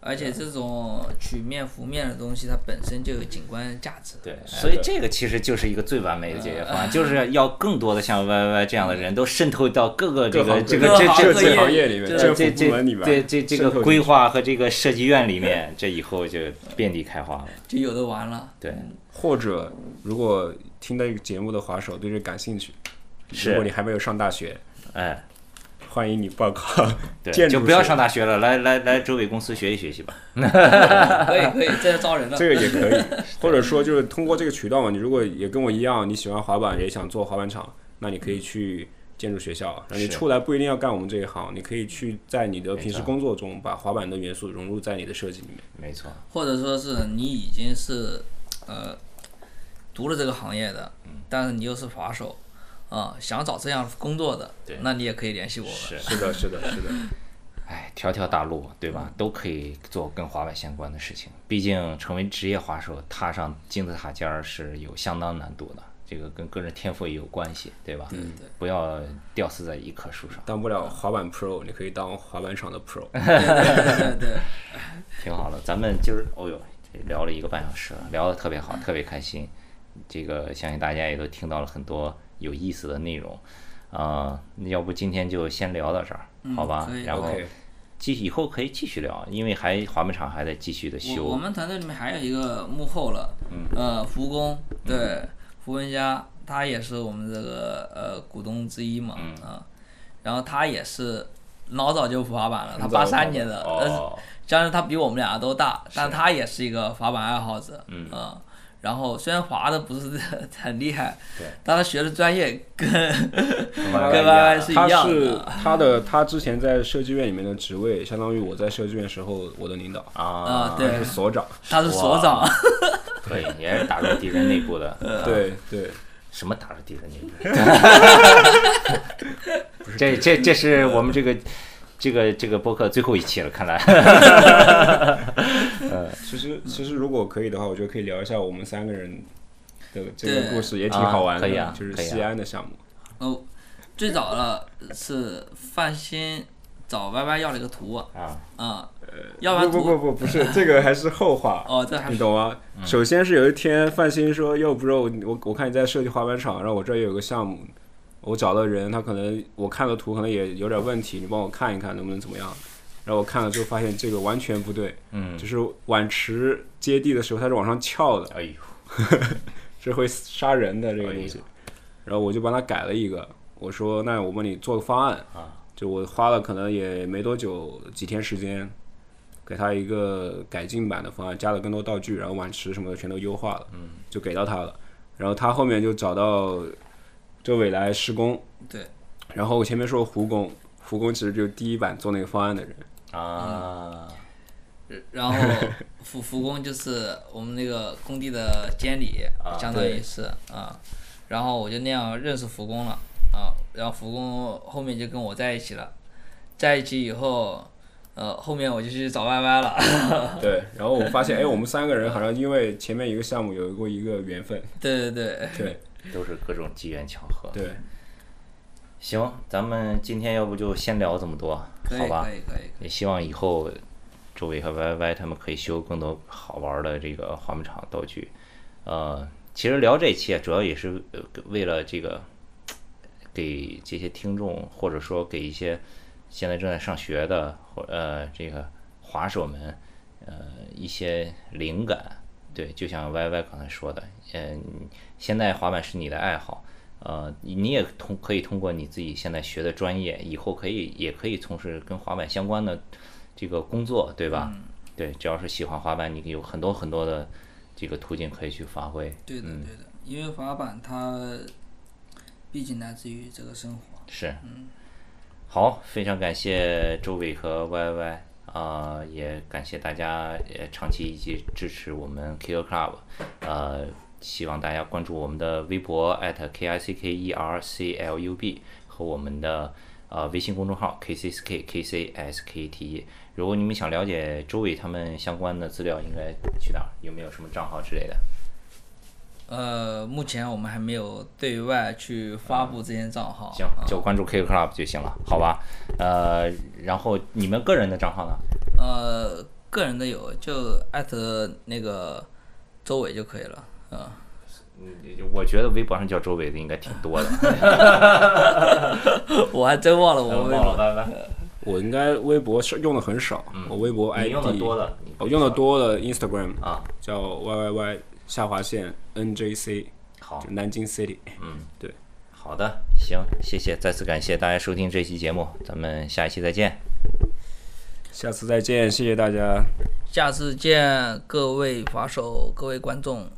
C: 而且这种曲面幅面的东西，它本身就有景观价值。
B: 哎
A: 对，所以这个其实就是一个最完美的解决
B: 嗯
A: 方案，就是要更多的像 YY 这样的人都渗透到各个这个这个
C: 各
A: 这
C: 行
A: 这
C: 各
A: 这
C: 业
A: 这
B: 行业里面，
A: 这
C: 这
B: 政
A: 这
B: 府部门里
A: 这
B: 面，
A: 这这这
B: 渗透
A: 个
B: 进
A: 规
B: 去
A: 划和这个设计院里
B: [LAUGHS]
A: 面，这以后就遍地开花了。
C: 就有的玩了。
A: 对，
B: 或者如果听这个节目的滑手对这感兴趣，如果你
A: 是，
B: 还没有上大学，
A: 哎，
B: 欢迎你报考
A: 对，
B: 建
A: 就
B: 筑
A: 不要
B: 学
A: 上大学了，来来来周伟公司学习学习吧。
C: 可以可以，这要招
B: [LAUGHS]
C: [LAUGHS] 人了。
B: 这个也可以，或者说就是通过这个渠道嘛，你如果也跟我一样，你喜欢滑板，也想做滑板场，那你可以去建筑学校。然后你
A: 是
B: 出来不一定要干我们这一行，你可以去在你的平时工作中把滑板的元素融入在你的设计里面。
A: 没错，
C: 或者说是你已经是呃读了这个行业的，
B: 嗯
C: 但是你又是滑手啊、想找这样工作的，那你也可以联系我们。
A: 是，
B: 是的，是的，是的，
A: 哎，条条大路，对吧？
C: 嗯
A: 都可以做跟滑板相关的事情。毕竟成为职业滑手，踏上金字塔尖儿是有相当难度的，这个跟个人天赋也有关系，对吧？对对，不要吊死在一棵树上，
B: 当不了滑板 pro，你可以当滑板场的 pro。
C: 对对，
A: 挺好的。咱们今儿，哦呦，这聊了一个半小时了，聊得特别好，特别开心。这个相信大家也都听到了很多有意思的内容，啊、那要不今天就先聊到这儿，好吧？
C: 嗯可以
A: 然后
B: OK，
A: 继以后可以继续聊，因为还滑板场还得继续的修。
C: 我我们团队里面还有一个幕后了，
B: 嗯
C: 呃，胡工，对，胡文佳，他也是我们这个呃股东之一嘛，
B: 嗯
C: 啊、然后他也是老早就滑板了，他
B: 很早
C: 八
B: 就滑
C: 三
B: 板
C: 年的，呃但是
A: 哦，
C: 虽然他比我们俩都大，但他也是一个滑板爱好者，嗯、然后虽然滑的不是很厉害，但他学的专业跟跟 Y Y 是一
B: 他
C: 样
B: 是
C: 的，
B: 他的他之前在设计院里面的职位，相当于我在设计院时候我的领导，
A: 啊，
C: 对
B: 他是所长。
C: 他是所长，
A: 可以，也是打入敌人内部的，
B: 对对，
A: 什么打入敌人 [LAUGHS] 内部？这这这是我们这个这个这个播客最后一期了，看来
B: 其实
A: 嗯
B: 其实如果可以的话，我觉得可以聊一下我们三个人的这个
C: 对
B: 故事，也挺好玩的，
A: 啊可以啊
B: 就是
A: 可以啊
B: 西安的项目。
C: 哦，最早了是范鑫找 Y Y 要了一个图，啊、
A: 啊，
C: 要完
B: 呃不
C: 图
B: 不不不不是这个还是
A: [LAUGHS]
B: 后话。
C: 哦，这还
B: 你
C: 是
B: 懂吗？
A: 嗯
B: 首先是有一天，范鑫说：“要不肉，我我看你在设计滑板场，然后我这儿也有个项目，我找到人，他可能我看了图，可能也有点问题，你帮我看一看能不能怎么样。”然后我看了之后发现这个完全不对，
A: [LAUGHS] 嗯，
B: 就是碗池接地的时候它是往上翘的，
A: 哎呦，
B: 是会杀人的这个东
A: 哎
B: 西。然后我就帮他改了一个，我说那我帮你做个方案
A: 啊，
B: 就我花了可能也没多久几天时间，给他一个改进版的方案，加了更多道具，然后碗池什么的全都优化了，嗯，就给到他了。然后他后面就找到周伟来施工，
C: 对，
B: 然后我前面说胡工，胡工其实就是第一版做那个方案的人，
A: 啊，
C: 然后
A: [LAUGHS]
C: 福福工就是我们那个工地的监理，相当于是啊。然后我就那样认识福工了啊，然后福工后面就跟我在一起了，在一起以后，呃，后面我就去找 Y Y 了，
B: [LAUGHS]
C: [LAUGHS]
B: 对。然后我发现，哎，我们三个人好像因为前面一个项目有过一个缘分，
C: 对对对，
B: 对
A: 都是各种机缘巧合。
B: 对。
A: 行，咱们今天要不就先聊这么多，
C: 可以
A: 好吧
C: 可？以可以，
A: 也希望以后周伟和 YY 他们可以修更多好玩的这个滑板场道具。呃，其实聊这一期啊，主要也是呃为了这个给这些听众，或者说给一些现在正在上学的或呃这个滑手们，呃一些灵感。对，就像 YY 刚才说的，嗯、现在滑板是你的爱好，呃，你也通可以通过你自己现在学的专业，以后可以也可以从事跟滑板相关的这个工作，对吧？对，只要是喜欢滑板，你有很多很多的这个途径可以去发挥。
C: 对的对的，因为滑板它毕竟来自于这个生活，
A: 是，好，非常感谢周伟和 YY 啊、也感谢大家呃长期一起支持我们 Kicker Club，呃，希望大家关注我们的微博 E @KICKERCLUB 和我们的呃微信公众号 KCSK KCSKT。如 E 果你们想了解周伟他们相关的资料，应该去哪儿？有没有什么账号之类的？
C: 呃，目前我们还没有对外去发布这些账号，
A: 行，就关注 Kicker Club 就行了，好吧？呃，然后你们个人的账号呢？
C: 呃，个人的有，就艾特那个周伟就可以了。 [LAUGHS] 嗯，
A: 嗯我觉得微博上叫周伟的应该挺多的，
C: 我还真忘了
A: [LAUGHS] 我
C: 我
A: 嗯忘
C: 微博
A: 了，拜拜。
B: 我应该微博是用的很少，我微博 ID
A: 你用的多的，你
B: 我用的多的 Instagram
A: 啊，
B: 叫 YYY 下划线 NJC，
A: 好
B: 就，南京 City。
A: 好的，行，谢谢，再次感谢大家收听这期节目，咱们下一期再见。
B: 下次再见，谢谢大家。
C: 下次见，各位滑手，各位观众。